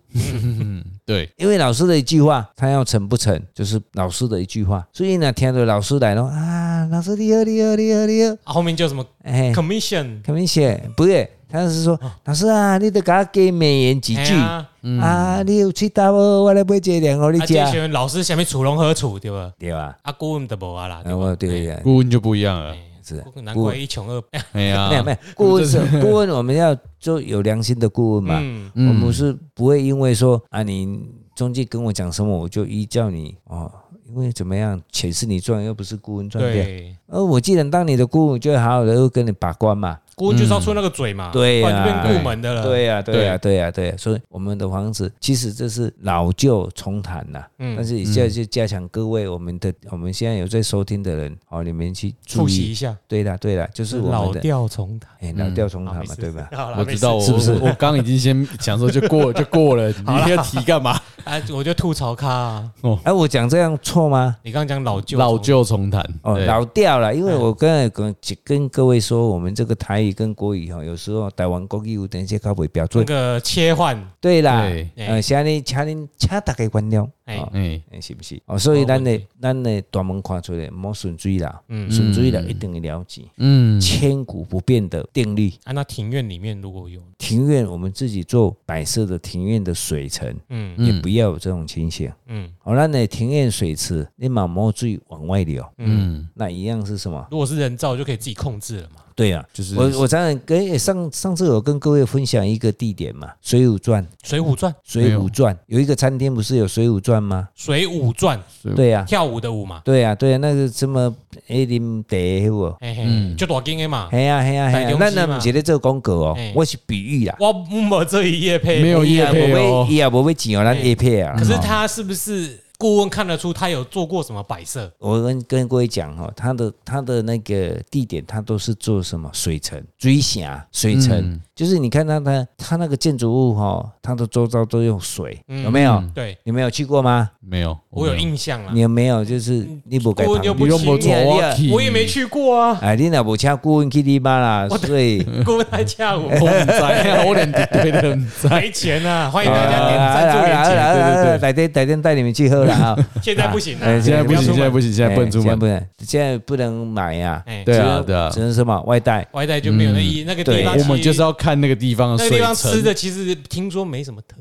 Speaker 3: 对，
Speaker 2: 因为老师的一句话，他要成不成，就是老师的一句话。所以呢，听到老师来了啊，老师你好，你好，你好，你好，
Speaker 1: 啊后面叫什么
Speaker 2: 哎，
Speaker 1: commission
Speaker 2: 他们写不是，他是说老师啊，你得给他给美言几
Speaker 1: 哦哎
Speaker 2: 句。
Speaker 1: 呀
Speaker 2: 啊，你有去打无？我来买一个两互你
Speaker 1: 啊，
Speaker 2: 食
Speaker 1: 这，些人老师下面楚龙何楚对吧？
Speaker 2: 对吧？
Speaker 1: 啊，顾问都无啊啦，对
Speaker 2: 啊，
Speaker 1: 吧哎
Speaker 2: 我对呀，
Speaker 3: 顾问就不一样了，
Speaker 2: 是
Speaker 1: 顾问难
Speaker 2: 顾
Speaker 1: 怪
Speaker 2: 问
Speaker 1: 一穷二白。
Speaker 3: 哎
Speaker 2: 没有
Speaker 3: 呀
Speaker 2: 没，
Speaker 1: 啊
Speaker 2: 有 顾问是顾问，我们要做有良心的顾问嘛。
Speaker 1: 嗯，
Speaker 2: 我们是不会因为说啊，你中介跟我讲什么，我就依照你哦。因为怎么样，钱是你赚，又不是顾问赚的。
Speaker 1: 对，
Speaker 2: 而我既然当你的顾问，就会好好的又跟你把关嘛。
Speaker 1: 顾问就是要出那个嘴嘛，
Speaker 2: 嗯对
Speaker 1: 不
Speaker 2: 啊
Speaker 1: 然就变顾门的了。，
Speaker 2: 对呀、对呀、
Speaker 3: 对
Speaker 2: 对呀、对呀、所以我们的房子其实这是老旧重谈呐、但
Speaker 1: 嗯，
Speaker 2: 是现在就加强各位我们的，我们现在有在收听的人，哦，你们去
Speaker 1: 复
Speaker 2: 注
Speaker 1: 习一
Speaker 2: 意。
Speaker 1: 下，
Speaker 2: 对啦，对啦，就是我
Speaker 1: 老
Speaker 2: 们的
Speaker 1: 调重弹。
Speaker 2: 哎老调重弹嘛，对吧？
Speaker 1: 好啦
Speaker 3: 我
Speaker 1: 没
Speaker 3: 知
Speaker 1: 事
Speaker 3: 道，我
Speaker 2: 是不是
Speaker 3: 我刚已经先想说就过 就过了，你要提干嘛？
Speaker 1: 啊，我就吐槽咖啊。
Speaker 2: 哎，我讲这样错吗？
Speaker 1: 你刚刚讲老旧，
Speaker 3: 老，旧重谈，
Speaker 2: 哦，
Speaker 3: 对
Speaker 2: 老调了，因为我刚才跟跟各位说，我们这个台语跟国语哈，哦有时候台湾国语有点些较不标
Speaker 1: 那
Speaker 2: 准。
Speaker 1: 个切换，
Speaker 2: 对啦，
Speaker 3: 对，
Speaker 2: 呃，
Speaker 1: 哎，
Speaker 2: 请你请你请大家原谅，
Speaker 1: 哎
Speaker 2: 哦
Speaker 3: 哎，
Speaker 2: 哎是不是？哦，所以
Speaker 1: 没
Speaker 2: 咱
Speaker 1: 问题
Speaker 2: 的咱的大门看出来，莫顺水啦，
Speaker 1: 嗯
Speaker 2: 顺水啦一定会了解
Speaker 3: 嗯
Speaker 2: 千古不变的定律。
Speaker 1: 啊，那庭院里面如果有，
Speaker 2: 庭院，我们自己做摆设的庭院的水层，
Speaker 1: 嗯
Speaker 2: 也不要有这种情形。
Speaker 1: 嗯
Speaker 2: 好、那你庭院水池，你把墨水往外流，
Speaker 1: 嗯，
Speaker 3: 嗯，
Speaker 2: 那一样是什么？
Speaker 1: 如果是人造就可以自己控制了嘛。
Speaker 2: 对啊，
Speaker 3: 就是
Speaker 2: 我我常常跟诶上上次有跟各位分享一个地点嘛，《水浒传》。
Speaker 1: 《水浒传》，《
Speaker 2: 《水浒传》有一个餐厅不是有《水浒传》吗？
Speaker 1: 水浒传》
Speaker 2: 对
Speaker 3: 啊
Speaker 2: 呀、
Speaker 1: 跳舞的舞嘛，
Speaker 2: 对呀、啊对呀、那个什么诶，林茶迄个，
Speaker 1: 哎嘿嘿，
Speaker 3: 嗯
Speaker 1: 就大金的嘛。
Speaker 2: 嘿呀嘿呀嘿
Speaker 1: 台
Speaker 2: 呀
Speaker 1: 中，
Speaker 2: 咱
Speaker 1: 市
Speaker 2: 那
Speaker 1: 嘛
Speaker 2: 不是咧做广告哦
Speaker 1: 嘿，
Speaker 2: 我是比喻啦，
Speaker 1: 我没这一页配，
Speaker 3: 没有业配哦
Speaker 2: 伊，也无要钱哦，咱 A 片啊。
Speaker 1: 可是他是不是顾问看得出他有做过什么摆设？
Speaker 2: 我跟跟各位讲哈、哦，它的它的那个地点，它都是做什么水城、水峡、水城，
Speaker 3: 嗯
Speaker 2: 就是你看它的它那个建筑物哈、哦，它的周遭都用水，
Speaker 1: 嗯
Speaker 2: 有没有？
Speaker 1: 对
Speaker 2: 你们有去过吗？
Speaker 3: 没有，
Speaker 1: 我有
Speaker 3: 没
Speaker 1: 印象啦
Speaker 2: 你，有没有？就是你不该
Speaker 1: 顾问
Speaker 2: 旁
Speaker 1: 就
Speaker 2: 边
Speaker 1: 不
Speaker 3: 你都没
Speaker 1: 清
Speaker 3: 做
Speaker 2: 楚
Speaker 3: 我去
Speaker 1: 我也没去过 啊，
Speaker 2: 哎，你那不请顾问去你妈啦，所以
Speaker 1: 顾问来下 午
Speaker 3: 我唔知 啊，我连对的唔知。
Speaker 1: 没钱啊，欢迎大家
Speaker 2: 啊
Speaker 1: 点赞助
Speaker 2: 来来
Speaker 1: 连
Speaker 2: 来
Speaker 1: 结。
Speaker 2: 来
Speaker 3: 对对
Speaker 2: 来
Speaker 3: 对
Speaker 2: 来，改天改天带你们去喝了啊，
Speaker 1: 现在不行
Speaker 2: 哎
Speaker 1: 了，
Speaker 3: 现在不
Speaker 1: 要
Speaker 3: 行，
Speaker 1: 出
Speaker 3: 现
Speaker 1: 门
Speaker 3: 在不行，现在不能出
Speaker 2: 哎现在
Speaker 3: 门
Speaker 2: 不。能，现在不能买呀，
Speaker 1: 哎，
Speaker 3: 对啊
Speaker 2: 只能
Speaker 3: 对啊
Speaker 2: 只能什么外带，
Speaker 1: 外带就没有那意义。那个地
Speaker 2: 嗯对
Speaker 1: 方
Speaker 3: 我们就是
Speaker 1: 要
Speaker 3: 要看那个地方
Speaker 1: 那
Speaker 3: 的
Speaker 1: 个
Speaker 3: 水
Speaker 1: 地方吃
Speaker 3: 层。
Speaker 1: 的，其实听说没什么特，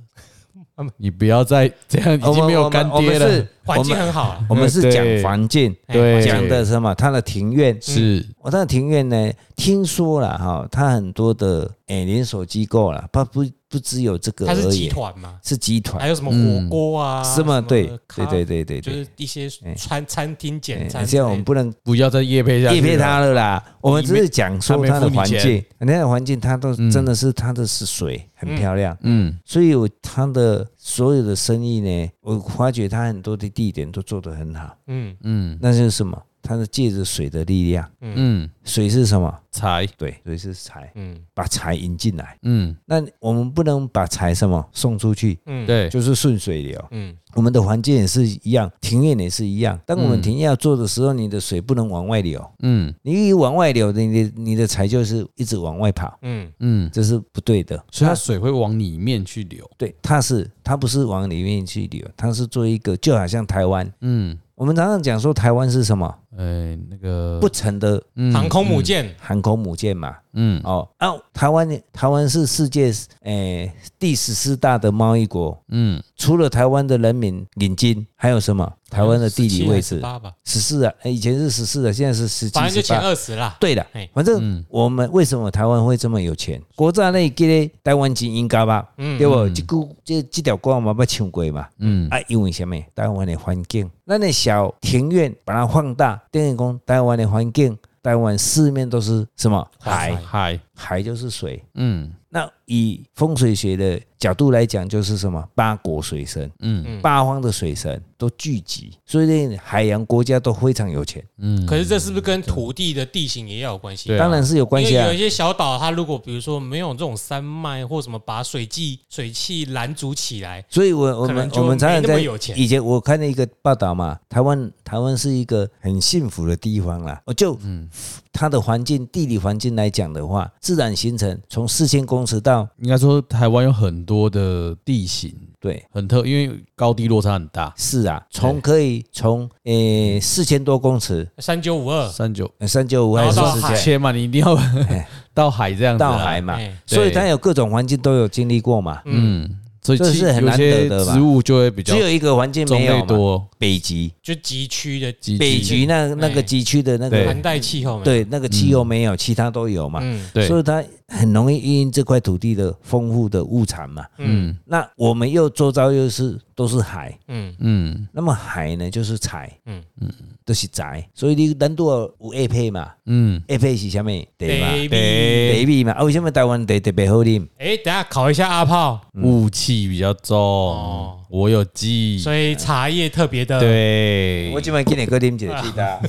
Speaker 3: 你不要再这样，已
Speaker 2: 我
Speaker 3: 经
Speaker 2: 们
Speaker 3: 没有
Speaker 2: 我们
Speaker 3: 干
Speaker 2: 我们
Speaker 3: 爹了
Speaker 2: 是。
Speaker 1: 环境
Speaker 2: 我们
Speaker 1: 很好啊。
Speaker 2: 我们是
Speaker 3: 嗯对
Speaker 2: 讲环境，
Speaker 1: 哎
Speaker 3: 对
Speaker 2: 讲的嗯什么？它的庭院，
Speaker 3: 是，
Speaker 2: 我它的庭院呢，听说了哈，它很多的诶连锁机构了，它不不只有这个
Speaker 1: 它是
Speaker 2: 而
Speaker 1: 集
Speaker 2: 已，
Speaker 1: 团嘛，
Speaker 2: 是集
Speaker 1: 还
Speaker 2: 团，
Speaker 1: 有什么火锅啊？
Speaker 2: 嗯是吗？对对
Speaker 1: 咖
Speaker 2: 对，对对
Speaker 1: 就
Speaker 2: 对，
Speaker 1: 是一些
Speaker 2: 哎
Speaker 1: 餐餐厅简
Speaker 2: 哎
Speaker 1: 餐之
Speaker 2: 这
Speaker 1: 类的。
Speaker 2: 样我们不能
Speaker 3: 不要再夜配下去。
Speaker 2: 叶配他，了啦，我们只是讲
Speaker 3: 他
Speaker 2: 说
Speaker 3: 没
Speaker 2: 它
Speaker 3: 付
Speaker 2: 的
Speaker 3: 你
Speaker 2: 环
Speaker 3: 钱
Speaker 2: 境，那个环境它都
Speaker 3: 嗯
Speaker 2: 真的是它的是水很漂亮，
Speaker 3: 嗯，
Speaker 2: 所以我它的所有的生意呢，我发觉它很多的地点都做得很好，
Speaker 1: 嗯
Speaker 3: 嗯
Speaker 2: 那是什么？它是借着水的力量，
Speaker 3: 嗯，
Speaker 2: 水是什么？
Speaker 3: 财，
Speaker 2: 对，水是财，
Speaker 1: 嗯
Speaker 2: 把财引进来。
Speaker 3: 嗯，
Speaker 2: 那我们不能把财什么送出去，
Speaker 1: 嗯，
Speaker 3: 对，
Speaker 2: 就是顺水流。
Speaker 1: 嗯
Speaker 2: 我们的环境也是一样，庭院也是一样。当我们
Speaker 3: 嗯
Speaker 2: 庭院要做的时候，你的水不能往外流，
Speaker 3: 嗯
Speaker 2: 你一往外流，你的你的财就是一直往外跑，
Speaker 1: 嗯
Speaker 3: 嗯，
Speaker 2: 这是不对的。
Speaker 3: 所以它
Speaker 2: 它
Speaker 3: 水会往里面去流。
Speaker 2: 对，它是它不是往里面去流，它是做一个就好像台湾，
Speaker 3: 嗯，
Speaker 2: 我们常常讲说台湾是什么
Speaker 3: 哎，那个
Speaker 2: 不成的
Speaker 3: 嗯
Speaker 1: 航空母，舰，
Speaker 2: 航空母舰嘛。
Speaker 3: 嗯，
Speaker 2: 哦，啊，台湾台湾是世界诶、第十四大的贸易国，
Speaker 3: 嗯
Speaker 2: 除了台湾的人民领巾，还有什么？台湾的地理位置
Speaker 1: 八吧，
Speaker 2: 十四啊，诶以前是十四的，现在是十
Speaker 1: 反正
Speaker 2: 七、
Speaker 1: 就
Speaker 2: 十
Speaker 1: 前
Speaker 2: 八。
Speaker 1: 二十啦。
Speaker 2: 对的
Speaker 1: 嘿，
Speaker 2: 反正
Speaker 3: 嗯
Speaker 2: 我们为什么台湾会这么有钱？国家那给台湾金应该吧，
Speaker 1: 嗯
Speaker 2: 对不？这句这这条歌我们捌唱过嘛？
Speaker 3: 嗯
Speaker 2: 啊，因为什么？台湾的环境，咱的小庭院把它放大，等于讲台湾的环境，台湾四面都是什么海？
Speaker 3: 海，
Speaker 2: 海就是水。
Speaker 3: 嗯
Speaker 2: 那以风水学的角度来讲，就是什么八国水神，
Speaker 3: 嗯
Speaker 1: 嗯
Speaker 2: 八方的水神都聚集，所以呢，海洋国家都非常有钱，
Speaker 3: 嗯，
Speaker 1: 可是这是不是跟土地的地形也要有关系？
Speaker 3: 对啊
Speaker 2: 当然是有关系
Speaker 1: 因为
Speaker 2: 啊
Speaker 1: 有一。些小岛，它如果比如说没有这种山脉或什么把水气水气拦阻起来，
Speaker 2: 所以我我
Speaker 1: 可
Speaker 2: 们
Speaker 1: 能就
Speaker 2: 我们常常
Speaker 1: 没那
Speaker 2: 在
Speaker 1: 么有钱
Speaker 2: 以前我看了一个报道嘛，台湾台湾是一个很幸福的地方啦，就
Speaker 1: 嗯
Speaker 2: 它的环境地理环境来讲的话，自然形成从四千公尺到
Speaker 3: 应该说台湾有很多的地形
Speaker 2: 对。
Speaker 3: 很特，因为高低落差很大。
Speaker 2: 是啊，从可以从诶四千多公尺，
Speaker 1: 三九五二，
Speaker 3: 三九，
Speaker 2: 三九五还
Speaker 1: 然
Speaker 2: 是
Speaker 1: 嗯哦后到
Speaker 2: 四
Speaker 1: 海
Speaker 2: 千
Speaker 3: 切嘛，你一定要 到海这样子啊
Speaker 2: 到海嘛，
Speaker 1: 哎
Speaker 3: 对
Speaker 2: 所以它有各种环境都有经历过嘛。
Speaker 1: 嗯，
Speaker 3: 嗯，所以
Speaker 2: 这
Speaker 3: 其
Speaker 2: 是很
Speaker 3: 有
Speaker 2: 难
Speaker 3: 些
Speaker 2: 得的吧
Speaker 3: 植物就会比较
Speaker 2: 只有一个环境
Speaker 3: 种
Speaker 2: 没有
Speaker 3: 类
Speaker 2: 嘛
Speaker 3: 多，
Speaker 2: 北极，
Speaker 1: 就极哎嗯区的
Speaker 3: 极
Speaker 2: 北极那那个极区的那
Speaker 3: 对
Speaker 2: 个
Speaker 1: 寒带气候嘛，，
Speaker 2: 对那个气候没有，其他都有嘛，
Speaker 1: 嗯
Speaker 3: 对，
Speaker 2: 所以它很容易因这块土地的丰富的物产嘛。
Speaker 1: 嗯
Speaker 2: 那我们又周遭又是都是海，
Speaker 1: 嗯
Speaker 3: 嗯
Speaker 2: 那么海呢就是财，
Speaker 1: 嗯
Speaker 2: 都、就是宅，所以你难度有 A 配嘛
Speaker 3: 嗯，
Speaker 2: ，A 配是啥物？地嘛，
Speaker 1: ，baby，
Speaker 2: 地米嘛，啊，为什么台湾地特别好啉？
Speaker 1: 哎，等一下考一下阿炮，
Speaker 2: 嗯
Speaker 3: 雾气比较重，我有记忆，
Speaker 1: 哦所以呃茶叶特别的，
Speaker 3: 对，
Speaker 2: 我今晚给你个啉一个，记得啊。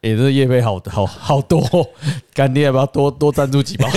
Speaker 3: 也是哎叶配好好好多，干爹要不要多多赞助几 包？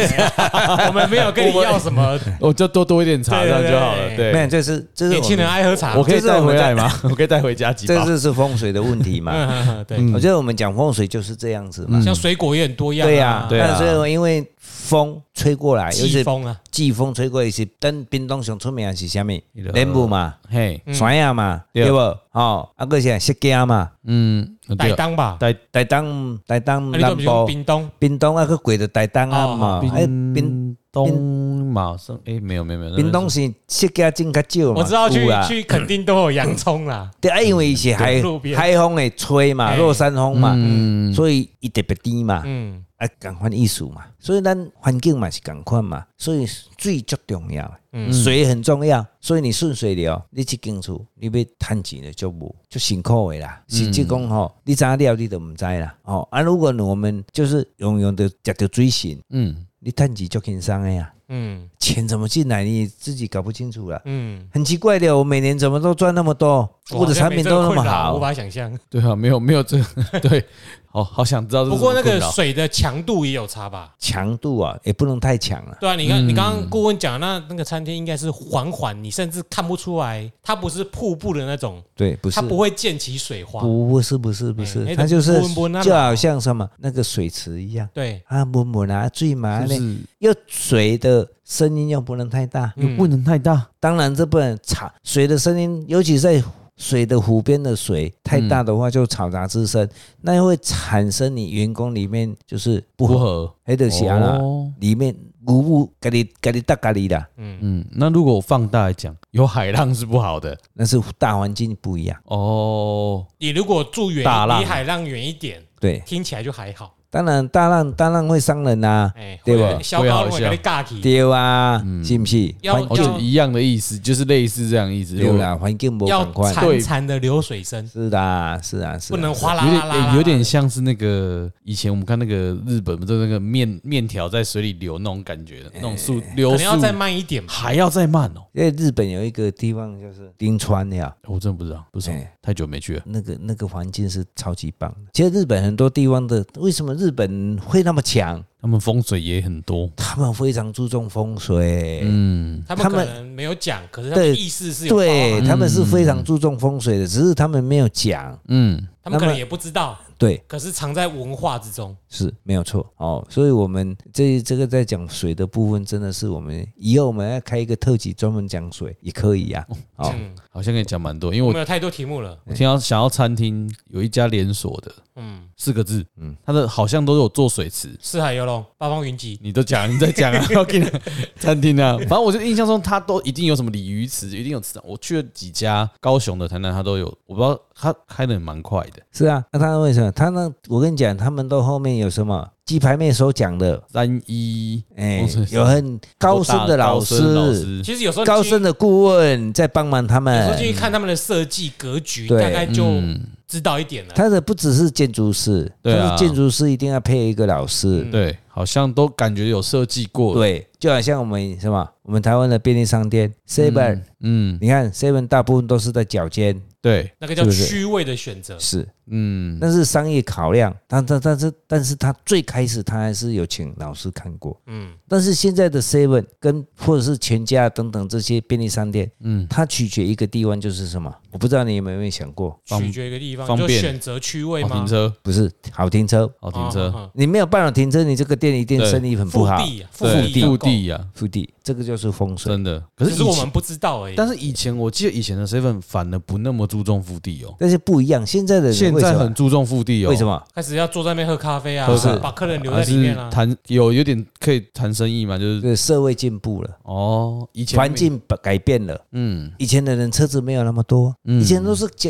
Speaker 1: 我们没有跟你要什 么，
Speaker 3: 我就多多一点茶，
Speaker 1: 对
Speaker 3: 这
Speaker 1: 对
Speaker 3: 样就好了。
Speaker 1: 对
Speaker 2: 没
Speaker 3: 对
Speaker 2: 有，，这是这是
Speaker 1: 年轻人
Speaker 2: 我们，
Speaker 1: 爱喝茶
Speaker 3: 我，可以
Speaker 2: 这是我
Speaker 3: 带
Speaker 2: 们
Speaker 3: 回
Speaker 2: 在
Speaker 3: 来吗？我可以带回家几
Speaker 2: 这
Speaker 3: 包？
Speaker 2: 就是风水的问题嘛。
Speaker 1: 嗯对，
Speaker 2: 我觉得我们讲风水就是这样子嘛。
Speaker 1: 像水果也很多样，
Speaker 2: 对呀、
Speaker 3: 对啊
Speaker 2: 那所以因为风吹过来，尤
Speaker 1: 季
Speaker 2: 其
Speaker 1: 风啊，
Speaker 2: 季风吹过来是，等冰冻上出名的是啥物？
Speaker 3: 那个
Speaker 2: 莲雾嘛，
Speaker 3: 嘿，
Speaker 1: 嗯
Speaker 2: 山啊嘛，
Speaker 3: 对
Speaker 2: 对不？哦，啊个是石家嘛，
Speaker 3: 嗯，
Speaker 1: 台
Speaker 3: 对，
Speaker 1: 东吧，
Speaker 3: 带
Speaker 2: 台东台东
Speaker 1: 啊你都
Speaker 2: 南
Speaker 1: 不是讲哦
Speaker 2: 部，
Speaker 1: 屏东，
Speaker 2: 冰冻啊个过到台东啊嘛，哎
Speaker 1: 嗯
Speaker 2: 冰
Speaker 3: 冰东马上哎，没有没有没有，
Speaker 2: 冰冻是石家种较少嘛，
Speaker 1: 我知道去
Speaker 2: 有啦
Speaker 1: 去肯定都有洋葱啦，
Speaker 2: 对啊，因为伊是海
Speaker 1: 路边
Speaker 2: 海风会吹嘛，
Speaker 1: 哎
Speaker 2: 落山风嘛，
Speaker 3: 嗯，
Speaker 2: 所以伊特别低嘛，
Speaker 1: 嗯
Speaker 2: 啊，共款意思嘛，所以咱环境嘛是共款嘛，所以水足重要的，
Speaker 1: 嗯
Speaker 2: 水很重要，所以你顺水流，你一间厝，你要趁钱的就无，就辛苦的啦。实际讲吼，你知影了你都毋知啦，哦啊，如果我们就是用用的食着水神，
Speaker 3: 嗯
Speaker 2: 你趁钱足轻松的呀，
Speaker 1: 嗯
Speaker 2: 钱怎么进来你自己搞不清楚啦。
Speaker 1: 嗯，
Speaker 2: 很奇怪的，我每年怎么都赚那么多，我的产品都那么
Speaker 1: 无
Speaker 2: 好，
Speaker 1: 法想象。
Speaker 3: 对啊，没有没有这对，好好想知道这
Speaker 1: 不
Speaker 3: 是什么
Speaker 1: 过那
Speaker 3: 困扰。
Speaker 1: 个水的强度也有差吧？
Speaker 2: 强度啊也不能太强了。
Speaker 1: 对啊，你看你刚刚顾问讲那那个餐厅应该是缓缓，你甚至看不出来，它不是瀑布的那种，
Speaker 2: 对，不是
Speaker 1: 它不会溅起水花。
Speaker 2: 不不是不是不
Speaker 1: 哎
Speaker 2: 是，
Speaker 1: 哎
Speaker 2: 它就
Speaker 1: 温
Speaker 2: 是
Speaker 1: 温温啊
Speaker 2: 就好像什么那个水池一样
Speaker 1: 对，
Speaker 2: 啊，温温啊，最麻
Speaker 3: 就
Speaker 2: 呢，
Speaker 3: 是
Speaker 2: 又水的声音又不能太大，
Speaker 1: 嗯
Speaker 3: 又不能太大，
Speaker 2: 当然这不能吵，水的声音，尤其在水的湖边的水太大的话，就吵杂滋生，那会产生你员工里面就是不
Speaker 3: 不
Speaker 2: 合，
Speaker 3: 合。
Speaker 2: 黑的是啊啦，
Speaker 3: 哦
Speaker 2: 里面牛母咖喱咖喱大咖喱啦，
Speaker 3: 嗯，那如果放大来讲，有海浪是不好的
Speaker 2: 那是大环境不一样。
Speaker 3: 哦。
Speaker 1: 你如果住远
Speaker 3: 大浪
Speaker 1: 离海浪远一点，
Speaker 2: 对，
Speaker 1: 听起来就还好，
Speaker 2: 当然大浪大浪会伤人呐、啊，
Speaker 1: 哎，
Speaker 2: 对吧
Speaker 1: 吧？小高我给你尬起，
Speaker 2: 对啊，是不是？
Speaker 1: 嗯要
Speaker 2: 环
Speaker 1: 要
Speaker 3: 哦，就一样的意思，就是类似这样意思，
Speaker 2: 对啦，环境不
Speaker 1: 要
Speaker 2: 赶快，
Speaker 1: 潺潺的流水声，
Speaker 2: 是的，是啊，是啊
Speaker 1: 不能哗
Speaker 3: 有
Speaker 1: 啦
Speaker 3: 点、
Speaker 1: 啦啦啦
Speaker 3: 欸有点像是那个以前我们看那个日本不是那个面面条在水里流那种感觉，那种速
Speaker 1: 哎可
Speaker 3: 流
Speaker 1: 能
Speaker 3: 速
Speaker 1: 要再慢一点嘛。
Speaker 3: 还要再慢哦。
Speaker 2: 因为日本有一个地方就是冰川呀，
Speaker 3: 我真的不知道，不是、
Speaker 2: 哎
Speaker 3: 太久没去了。
Speaker 2: 那个那个环境是超级棒的。其实日本很多地方的，为什么日本会那么强？
Speaker 3: 他们风水也很多，
Speaker 2: 他们非常注重风水，
Speaker 3: 嗯，
Speaker 1: 他们
Speaker 2: 他
Speaker 1: 可
Speaker 2: 们
Speaker 1: 能没有讲，可是他
Speaker 2: 对
Speaker 1: 们意思是有包
Speaker 2: 对
Speaker 1: 含，
Speaker 2: 他们是非常注重风水的，只是他们没有讲。
Speaker 3: 嗯，
Speaker 1: 他们可能
Speaker 2: 那么
Speaker 1: 也不知道，
Speaker 2: 对，
Speaker 1: 可是藏在文化之中。
Speaker 2: 是没有错哦。所以我们这这个在讲水的部分，真的是我们以后我们要开一个特辑专门讲水也可以呀、哦，
Speaker 1: 嗯，
Speaker 3: 好像跟你讲蛮多，因为
Speaker 1: 我
Speaker 3: 我
Speaker 1: 们有太多题目了。
Speaker 3: 我听到想要餐厅有一家连锁的
Speaker 1: 嗯，
Speaker 3: 四个字，
Speaker 2: 嗯
Speaker 3: 嗯，它的好像都有做水池，
Speaker 1: 四海游龙，八方云集，
Speaker 3: 你都讲，你在讲 啊，我跟你讲餐厅啊，反正我就印象中它都一定有什么鲤鱼池，一定有池。我去了几家高雄的、台南，它都有，我不知道它开的蛮快的，
Speaker 2: 是啊。那他为什么？他呢？我跟你讲，他们都后面有什么鸡排妹所讲的，
Speaker 3: 三一
Speaker 2: 哎
Speaker 3: 哦是，是
Speaker 2: 有很高深的老
Speaker 3: 高深的老
Speaker 2: 师、
Speaker 3: 师
Speaker 1: 其实有时候
Speaker 2: 嗯高
Speaker 1: 进
Speaker 2: 深的顾问在帮忙他
Speaker 1: 有时候
Speaker 2: 们。
Speaker 1: 进去看他们的设计格局，
Speaker 2: 对
Speaker 1: 大概就
Speaker 3: 嗯
Speaker 1: 知道一点了。
Speaker 2: 他的不只是建筑师，他
Speaker 3: 对啊
Speaker 2: 是建筑师一定要配一个老师
Speaker 1: 嗯。
Speaker 3: 对，好像都感觉有设计过，，
Speaker 2: 对，就好像我们什么，我们台湾的便利商店 Seven，
Speaker 3: 嗯，
Speaker 2: 你看 Seven 大部分都是在脚尖，
Speaker 3: 对，
Speaker 1: 那个叫
Speaker 2: 是不是
Speaker 1: 虚位的选择，
Speaker 2: 是
Speaker 3: 嗯，
Speaker 2: 那是商业考量，但但但是但是他最开始他还是有请老师看过，
Speaker 1: 嗯，
Speaker 2: 但是现在的 Seven 跟或者是全家等等这些便利商店，嗯，它取决一个地方就是什么？我不知道你有没有想过，
Speaker 3: 方
Speaker 1: 取决一个地方，
Speaker 3: 方
Speaker 1: 你就
Speaker 3: 便
Speaker 1: 选择区位
Speaker 3: 好
Speaker 1: 吗？
Speaker 3: 停车，
Speaker 2: 不是好停车，
Speaker 3: 好停车，
Speaker 1: 哦，
Speaker 2: 你没有办法停车，你这个店一定
Speaker 3: 对
Speaker 2: 生意很不
Speaker 1: 腹
Speaker 2: 好。
Speaker 1: 地啊，
Speaker 3: 对
Speaker 1: 腹地，
Speaker 3: 腹地呀，
Speaker 2: 腹地，这个就是风水。
Speaker 3: 真的，可
Speaker 1: 只
Speaker 3: 是
Speaker 1: 是
Speaker 3: 以
Speaker 1: 我
Speaker 3: 前
Speaker 1: 们不知道而已。
Speaker 3: 但是以前我记得以前的 seven 反而不那么注重腹地哦，
Speaker 2: 但是不一样，现在的人
Speaker 3: 现
Speaker 2: 为什
Speaker 3: 在
Speaker 2: 么
Speaker 3: 很注重腹地哦，
Speaker 2: 为什么？
Speaker 1: 开始要坐在那边喝咖啡啊
Speaker 3: 喝咖，
Speaker 1: 把客人留在
Speaker 3: 还
Speaker 1: 里
Speaker 3: 是
Speaker 1: 面啊。
Speaker 3: 谈有有点可以谈生意嘛，就是
Speaker 2: 这个社会进步了，
Speaker 3: 哦，以前
Speaker 2: 环，境改变了，
Speaker 3: 嗯
Speaker 2: 以前的人车子没有那么多，
Speaker 3: 嗯
Speaker 2: 以前都是脚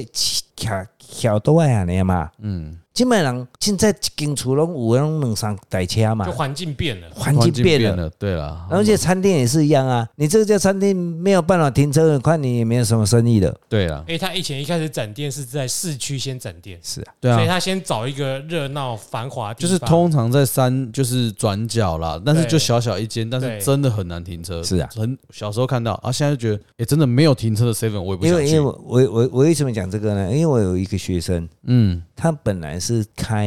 Speaker 2: 脚脚多啊那样嘛。
Speaker 3: 嗯，
Speaker 2: 即摆人现在一间厝拢有拢两三台车嘛
Speaker 1: 就，环境变了，
Speaker 2: 环境变了，
Speaker 3: 了，对啦，
Speaker 2: 而且餐厅也是一样啊。你这家餐厅没有办法停车，你看你也没有什么生意了。
Speaker 3: 对啦
Speaker 1: 因，为他以前一开始展店是在市区先展店，
Speaker 2: 是啊，
Speaker 3: 对
Speaker 1: 所以
Speaker 3: 啊，
Speaker 1: 他先找一个热闹繁华的地
Speaker 3: 就
Speaker 1: 方，
Speaker 3: 是通常在山就是转角啦，但是
Speaker 1: 对
Speaker 3: 就小小一间，但是
Speaker 1: 对
Speaker 3: 真的很难停车，
Speaker 2: 是啊
Speaker 3: 很小时候看到啊，现在就觉得哎，真的没有停车的 seven 我也不
Speaker 2: 因
Speaker 3: 想
Speaker 2: 为因为
Speaker 3: 去，
Speaker 2: 我我我我为什么讲这个呢？因为我有一个学生，
Speaker 3: 嗯
Speaker 2: 他本来是开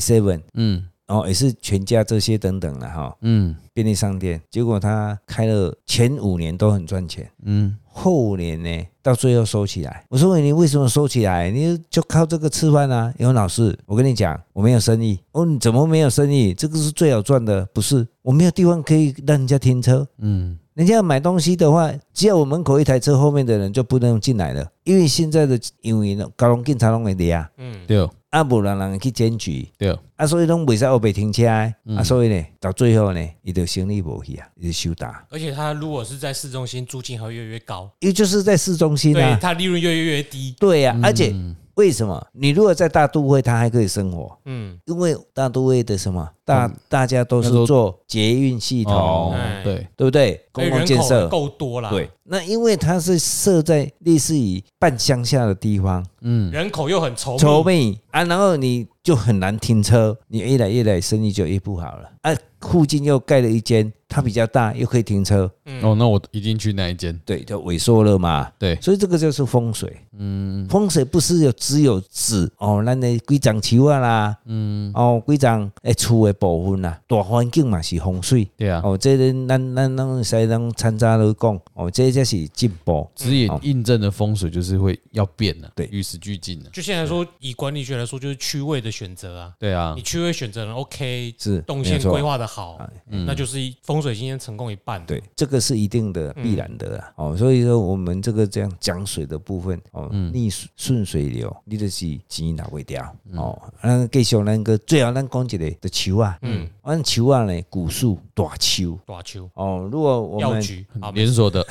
Speaker 2: seven，
Speaker 3: 嗯
Speaker 2: 然后也是全家这些等等的哈
Speaker 3: 嗯
Speaker 2: 便利商店，结果他开了前五年都很赚钱。
Speaker 3: 嗯，
Speaker 2: 后五年呢，到最后收起来。我说你为什么收起来？你就靠这个吃饭啊？有老师，我跟你讲，我没有生意。哦，你怎么没有生意？这个是最好赚的，不是？我没有地方可以让人家停车。
Speaker 3: 嗯，
Speaker 2: 人家要买东西的话，只要我门口一台车，后面的人就不能进来了，因为现在的因为呢，高龙警察拢会抓啊，
Speaker 1: 嗯，
Speaker 3: 对
Speaker 2: 啊，无人人去检举。
Speaker 3: 对，
Speaker 2: 啊，所以拢袂使后边停车的、
Speaker 1: 嗯
Speaker 2: 啊，所以呢，到最后呢，伊就生意无去啊，伊就休打，
Speaker 1: 而且他如果是在市中心，租金还会越来越高，
Speaker 2: 因为就是在市中心
Speaker 1: 对
Speaker 2: 啊，
Speaker 1: 他利嗯润越来越低。
Speaker 2: 对呀、啊，而且为什么你如果在大都会，它还可以生活？
Speaker 1: 嗯，
Speaker 2: 因为大都会的什么大、大家都是
Speaker 3: 那都
Speaker 2: 做捷运系统，
Speaker 3: 哦
Speaker 1: 哎，
Speaker 3: 对，
Speaker 2: 对不对？
Speaker 1: 所以
Speaker 2: 公共
Speaker 1: 人
Speaker 2: 建
Speaker 1: 口
Speaker 2: 设，
Speaker 1: 够啊多啦，
Speaker 2: 对，，那因为它是设在类似于半乡下的地方，
Speaker 3: 嗯
Speaker 1: 人口又很稠密
Speaker 2: 筹备啊，然后你就很难停车，你越来越来生意就越不好了啊。附近又盖了一间，它比较大，又可以停车，
Speaker 3: 哦，那我一定去那一间，
Speaker 2: 对，就萎缩了嘛。
Speaker 3: 对，
Speaker 2: 所以这个就是风水，嗯，风水不是有只有指哦，咱的规章树啊啦，嗯，哦，规章诶厝的部分啦，大环境嘛是风水，
Speaker 3: 对啊，
Speaker 2: 哦，这个咱咱咱会使咱参照来讲，哦，这才是进步，
Speaker 3: 只也印证了风水就是会要变了，
Speaker 2: 对
Speaker 3: 与时俱进了，
Speaker 1: 就现在说，以管理学来说，就是区位的选择啊，
Speaker 3: 对啊
Speaker 1: 你，区位选择人 OK，
Speaker 2: 是
Speaker 1: 动
Speaker 2: 没
Speaker 1: 线
Speaker 2: 错
Speaker 1: 规划的好，那就是风水今天成功一半。
Speaker 2: 对，这个是一定的、必然的啦。哦，所以说我们这个这样讲水的部分，哦，逆水顺水流，你就是钱拿袂掉。哦，咱继续咱个最后咱讲一个的树啊，嗯，咱树啊呢，古树大树。
Speaker 1: 大秋
Speaker 2: 哦，如果我
Speaker 1: 药
Speaker 2: 们
Speaker 1: 局啊，
Speaker 3: 连锁的，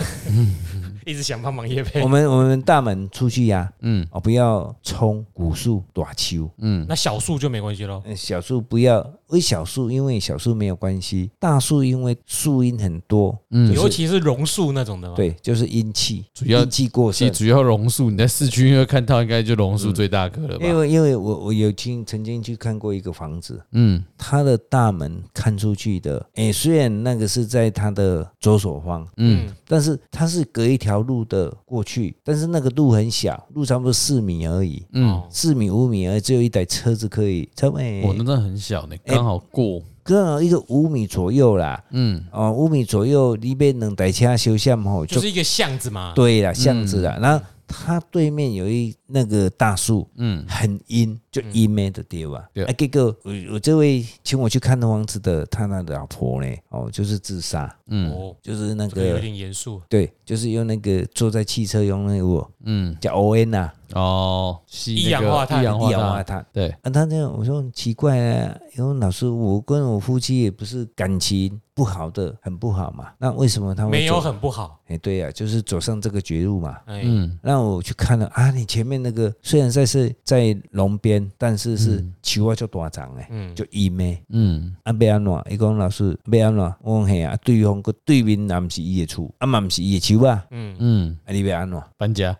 Speaker 1: 一直想帮忙叶配
Speaker 2: 我。们我们大门出去呀、
Speaker 3: 嗯
Speaker 2: 哦，不要冲古树大树，
Speaker 3: 嗯
Speaker 1: 那小树就没关系喽。
Speaker 2: 嗯，小树不要，为小树因为小树没有关系，大树因为树荫很多，
Speaker 3: 嗯，
Speaker 1: 尤其是榕树那种的嘛。，
Speaker 2: 对，就是阴气，
Speaker 3: 主要
Speaker 2: 阴气过
Speaker 3: 其
Speaker 2: 盛
Speaker 3: 实。主要榕树，你在市区应该看到，应该就榕树最大棵了
Speaker 2: 因
Speaker 3: 吧？
Speaker 2: 为因为我我有听曾经去看过一个房子，
Speaker 3: 嗯
Speaker 2: 它的大门看出去的，诶，虽然那个是在它的左手方，
Speaker 3: 嗯，
Speaker 2: 但是它是隔一条路的过去，但是那个路很小，路差不多四米而已，
Speaker 3: 嗯，
Speaker 1: 哦，
Speaker 2: 四米五米而已只有一台车子可以，差不多诶
Speaker 3: 我那真的很小呢，刚好过，
Speaker 2: 刚好一个五米左右啦，
Speaker 3: 嗯
Speaker 2: 哦，五米左右里面两台车修下吼，
Speaker 1: 就
Speaker 2: 就是
Speaker 1: 一个巷子嘛。
Speaker 2: 对了，巷子
Speaker 1: 嗯
Speaker 2: 啦。然后它对面有一那个大树，
Speaker 3: 嗯
Speaker 2: 很阴，就
Speaker 1: 嗯
Speaker 2: 阴面的地方。
Speaker 3: 对
Speaker 2: 啊，结果我我这位请我去看那房子的，他那老婆呢，哦，就是自杀，
Speaker 3: 嗯
Speaker 1: 哦，
Speaker 2: 就是那
Speaker 1: 这个有
Speaker 2: 个
Speaker 1: 点严肃。
Speaker 2: 对，就是用那个坐在汽车用那个
Speaker 3: 嗯，
Speaker 2: 叫 O N 呐，
Speaker 3: 哦，吸那个
Speaker 1: 一氧化碳
Speaker 3: 一氧
Speaker 2: 一
Speaker 3: 化
Speaker 2: 氧化
Speaker 3: 碳，
Speaker 2: 碳。
Speaker 3: 对，
Speaker 2: 啊，他这样我说很奇怪啊，因为老师，我跟我夫妻也不是感情不好的，很不好嘛，那为什么他会
Speaker 1: 没有
Speaker 2: 走
Speaker 1: 很不好。
Speaker 2: 哎，对呀、就是走上这个绝路嘛。
Speaker 1: 哎，
Speaker 3: 嗯
Speaker 2: 那我去看了啊，你前面那个虽然在是在龙边，但是是
Speaker 3: 嗯
Speaker 2: 树啊就大长诶，
Speaker 1: 嗯，
Speaker 2: 就伊咩
Speaker 3: 嗯
Speaker 2: 啊要安怎？伊讲老师要安怎？我讲嘿啊，对方个对面也毋是伊的厝，啊嘛毋是伊的树啊，
Speaker 1: 嗯，
Speaker 3: 嗯，
Speaker 2: 啊你要安怎？
Speaker 3: 搬家，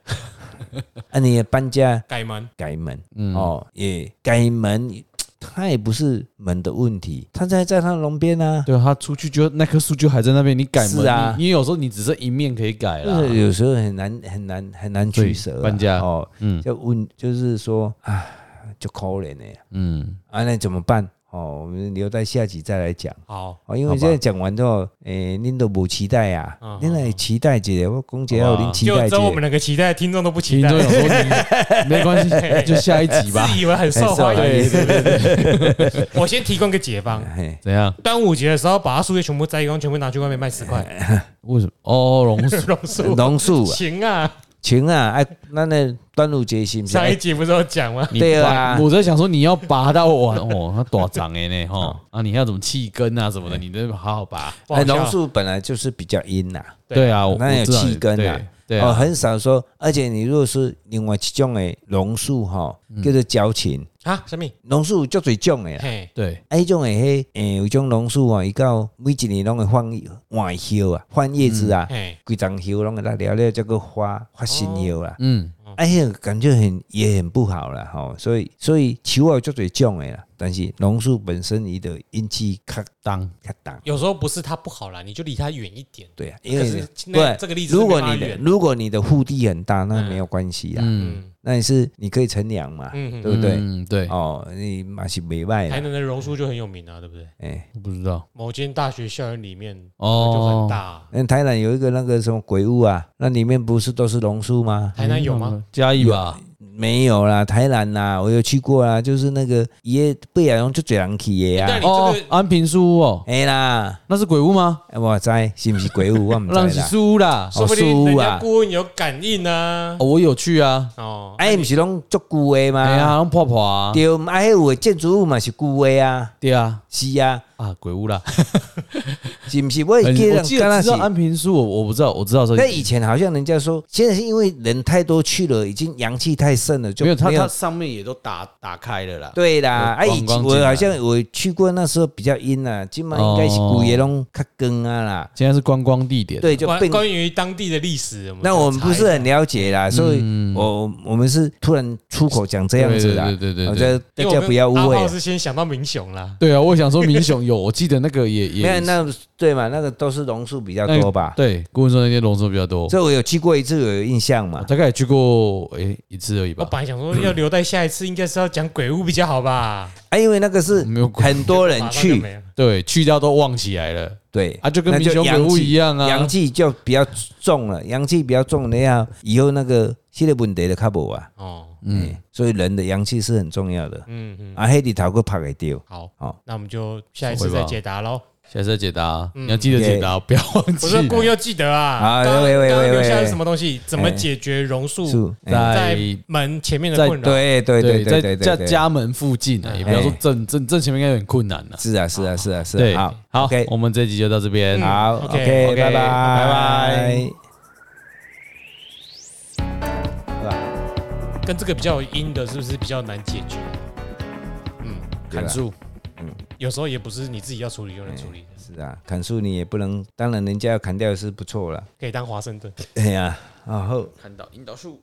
Speaker 2: 啊你的搬家
Speaker 1: 盖门。
Speaker 2: 改门、
Speaker 3: 嗯
Speaker 2: 哦，也改门，它也不是门的问题，它在在它龙边啊。
Speaker 3: 对，他出去就那棵树就还在那边，你改门
Speaker 2: 是啊
Speaker 3: 你你有时候你只剩一面可以改
Speaker 2: 就
Speaker 3: 啦
Speaker 2: 是。有时候很难很难很难取舍啊、
Speaker 3: 对搬家
Speaker 2: 哦，
Speaker 3: 嗯
Speaker 2: 就问就是说啊，就可怜的、
Speaker 3: 嗯，
Speaker 2: 啊，那怎么办？哦，我们留在下集再来讲。
Speaker 1: 好，
Speaker 2: 哦，因为现在讲完之后，诶、您都无期待啊
Speaker 1: 嗯，
Speaker 2: 您来期待姐，我公姐要您期
Speaker 1: 就
Speaker 2: 待
Speaker 1: 只
Speaker 2: 姐
Speaker 1: 有，我们两个期待，听众都不期
Speaker 3: 听
Speaker 1: 待
Speaker 3: 众，有时候你没关系，就下一集吧
Speaker 1: 自。以为很受欢
Speaker 2: 很
Speaker 1: 迎
Speaker 2: 受。
Speaker 1: 我先提供个解方，
Speaker 2: 嘿，
Speaker 3: 怎样？
Speaker 1: 端午节的时候把它树叶全部摘光，全部拿去外面卖十块，
Speaker 3: 为什么？哦，榕树
Speaker 1: 榕树。
Speaker 2: 榕树啊，
Speaker 1: 行啊，
Speaker 2: 情啊，哎，那那端午节是不是？
Speaker 1: 上一
Speaker 2: 哎
Speaker 1: 集不是有讲 吗？
Speaker 3: 你
Speaker 2: 对
Speaker 3: 拔
Speaker 2: 啊
Speaker 3: 我在想说你要拔到完哦，它多长哎呢哈啊，你要怎么气根啊什么的，你都好好拔。
Speaker 1: 不好
Speaker 2: 哎，
Speaker 1: 笑
Speaker 2: 榕树本来就是比较阴呐、
Speaker 1: 对
Speaker 3: 对啊，我
Speaker 2: 那有
Speaker 3: 我知道
Speaker 2: 气根啊
Speaker 3: 对对
Speaker 2: 哦，
Speaker 3: 啊，
Speaker 2: 很少说，而且你如果是另外一种的榕树哈，叫做矫情，
Speaker 1: 啊，什么？
Speaker 2: 榕树足侪种的啦。
Speaker 1: 嘿，
Speaker 3: 对，
Speaker 2: 啊，迄种诶，迄诶，有一种榕树啊，伊到每一年拢会换换叶啊，换叶子啊，
Speaker 1: 嘿，
Speaker 2: 规丛叶拢给它了了，这个花发新叶啦。
Speaker 3: 嗯
Speaker 1: 哦
Speaker 2: 哎呀，感觉很也很不好啦，吼，所以所以树有足侪种诶啦，但是榕树本身伊的阴气较
Speaker 3: 当
Speaker 2: 较重，
Speaker 1: 有时候不是它不好啦，你就离它远一点。
Speaker 2: 对啊，因
Speaker 1: 可
Speaker 2: 为
Speaker 1: 是那
Speaker 2: 对
Speaker 1: 这个例子是
Speaker 2: 如果
Speaker 1: 没办法
Speaker 2: 你的
Speaker 1: 远
Speaker 2: 如果你的腹地很大，那没有关系啦，
Speaker 3: 嗯
Speaker 1: 嗯
Speaker 2: 那也是你可以乘凉嘛，
Speaker 1: 嗯
Speaker 2: 对不对
Speaker 3: 嗯对，
Speaker 2: 哦，你嘛是袂歹
Speaker 1: 台
Speaker 2: 啦，
Speaker 1: 南的榕树就很有名啊，对不对？
Speaker 2: 哎，
Speaker 3: 我不知道
Speaker 1: 某间大学校园里面就很
Speaker 3: 哦。
Speaker 1: 大，啊
Speaker 2: 那台南有一个那个什么鬼屋啊，那里面不是都是榕树吗？
Speaker 1: 台南有吗？？
Speaker 3: 嘉义吧，
Speaker 2: 没有啦，台南啦，我有去过啦，就是那个爷贝亚龙就最人去的
Speaker 1: 欸
Speaker 2: 啊
Speaker 1: 那
Speaker 2: 呀
Speaker 1: 你，
Speaker 3: 哦
Speaker 1: 这，个
Speaker 3: 安平书屋哦，
Speaker 2: 哎啦，哎
Speaker 3: 那是鬼屋吗？
Speaker 2: 我知是不是 鬼屋，我唔
Speaker 3: 那是
Speaker 2: 知啦，
Speaker 3: 书屋啦。
Speaker 2: 哦
Speaker 1: 说不定人
Speaker 2: 树
Speaker 1: 家
Speaker 2: 啊
Speaker 1: 顾问有感应啊
Speaker 3: 哦。我有去啊，
Speaker 1: 哦，
Speaker 2: 哎，不是拢足旧的
Speaker 3: 哎呀，
Speaker 2: 吗？
Speaker 3: 让泡泡啊，
Speaker 2: 对，哎，有的建筑物嘛是旧的啊，
Speaker 3: 对啊，
Speaker 2: 是啊，
Speaker 3: 啊鬼屋啦。
Speaker 2: 是不是？我
Speaker 3: 哎
Speaker 2: 也记
Speaker 3: 我
Speaker 2: 得
Speaker 3: 记
Speaker 2: 刚
Speaker 3: 得
Speaker 2: 那
Speaker 3: 知
Speaker 2: 是
Speaker 3: 道，安平书，我我不知道，我知道这个
Speaker 2: 啊但以前好像人家说，现在是因为人太多去了，已经阳气太盛了，就
Speaker 3: 没有，它
Speaker 2: 没
Speaker 3: 它
Speaker 2: 有。
Speaker 3: 上面也都打打开了啦。
Speaker 2: 对啦，
Speaker 3: 有
Speaker 2: 哎，以
Speaker 3: 观光啊
Speaker 2: 前
Speaker 3: 进来
Speaker 2: 我好像我去过，那时候比较阴啦，今嘛应该是古爷拢较光啊啦，
Speaker 3: 现在是观光地点。
Speaker 2: 对，就
Speaker 1: 关
Speaker 2: 变
Speaker 1: 关于当地的历史，我们
Speaker 2: 那我们不是很了解
Speaker 3: 嗯
Speaker 2: 啦，所以我我我们是突然出口讲这样子啦，
Speaker 3: 对对对对对
Speaker 2: 我觉得
Speaker 1: 因为
Speaker 2: 大
Speaker 1: 我
Speaker 2: 家
Speaker 1: 跟
Speaker 2: 不要误
Speaker 1: 阿
Speaker 2: 会
Speaker 1: 炮
Speaker 2: 啊。
Speaker 1: 是先想到民雄啦，
Speaker 3: 对啊，我想说民雄有，我记得那个也也
Speaker 2: 没有，那对嘛，那个都是榕树比较
Speaker 3: 那个
Speaker 2: 多吧，
Speaker 3: 对，顾问说那些龙舟比较多，
Speaker 2: 所以我有去过一次，我有印象
Speaker 3: 我
Speaker 2: 嘛。
Speaker 3: 大概也去过诶一次而已
Speaker 1: 我
Speaker 2: 哦
Speaker 3: 吧。
Speaker 1: 本来想说要留待下一次，应该是要讲鬼屋比较好吧？
Speaker 2: 啊，因为那个是
Speaker 3: 没有过
Speaker 2: 很多人
Speaker 1: 马上就
Speaker 2: 去
Speaker 1: 没，了
Speaker 3: 对，去掉都忘起来了。
Speaker 2: 对
Speaker 3: 啊就跟
Speaker 2: 哎那
Speaker 3: 民雄鬼
Speaker 2: 阳
Speaker 3: 屋
Speaker 2: 气
Speaker 3: 一样啊
Speaker 2: 阳气就比较重了，阳气比较重的呀，以后那个系列问题的卡无啊，
Speaker 1: 哦，
Speaker 2: 嗯，所以人的阳气是很重要的。
Speaker 1: 嗯嗯，
Speaker 2: 啊，黑地头个拍会掉，
Speaker 1: 好，
Speaker 2: 好
Speaker 1: 那我们就下一次再解答喽。
Speaker 3: 下次再解答，啊
Speaker 2: 嗯
Speaker 3: 你要记得解答，不要忘
Speaker 1: 我
Speaker 3: 记
Speaker 1: 说。姑要记得啊，
Speaker 2: 好
Speaker 1: 刚刚
Speaker 2: 喂喂
Speaker 1: 刚
Speaker 2: 喂
Speaker 1: 留下
Speaker 2: 喂
Speaker 1: 是什么东西？怎么解决榕树
Speaker 2: 树哎
Speaker 1: 在
Speaker 3: 在
Speaker 1: 门前面的
Speaker 3: 在
Speaker 1: 困扰？
Speaker 2: 对哎对对对
Speaker 3: 在
Speaker 2: 对
Speaker 3: 家
Speaker 2: 对对，
Speaker 3: 家门附近啊，也不要说
Speaker 2: 哎
Speaker 3: 正正正前面应该有点困难了。
Speaker 2: 是啊是啊是啊是
Speaker 3: 对，
Speaker 2: 啊，
Speaker 3: 好
Speaker 2: ，OK，
Speaker 3: 我们这集就到这边，
Speaker 2: 好
Speaker 1: 嗯
Speaker 2: ，OK，
Speaker 3: OK，
Speaker 2: 拜拜
Speaker 3: 拜
Speaker 2: 拜。是吧？
Speaker 1: 跟这个比较有阴的，是不是比较难解决？嗯，
Speaker 2: 对啊嗯
Speaker 3: 砍
Speaker 2: 吧
Speaker 3: 树，
Speaker 1: 有时候也不是你自己要处理就能处理的，
Speaker 2: 是啊，砍树你也不能，当然人家要砍掉也是不错了。
Speaker 1: 可以当华盛顿。
Speaker 2: 哎呀，然后。
Speaker 3: 砍到引导树。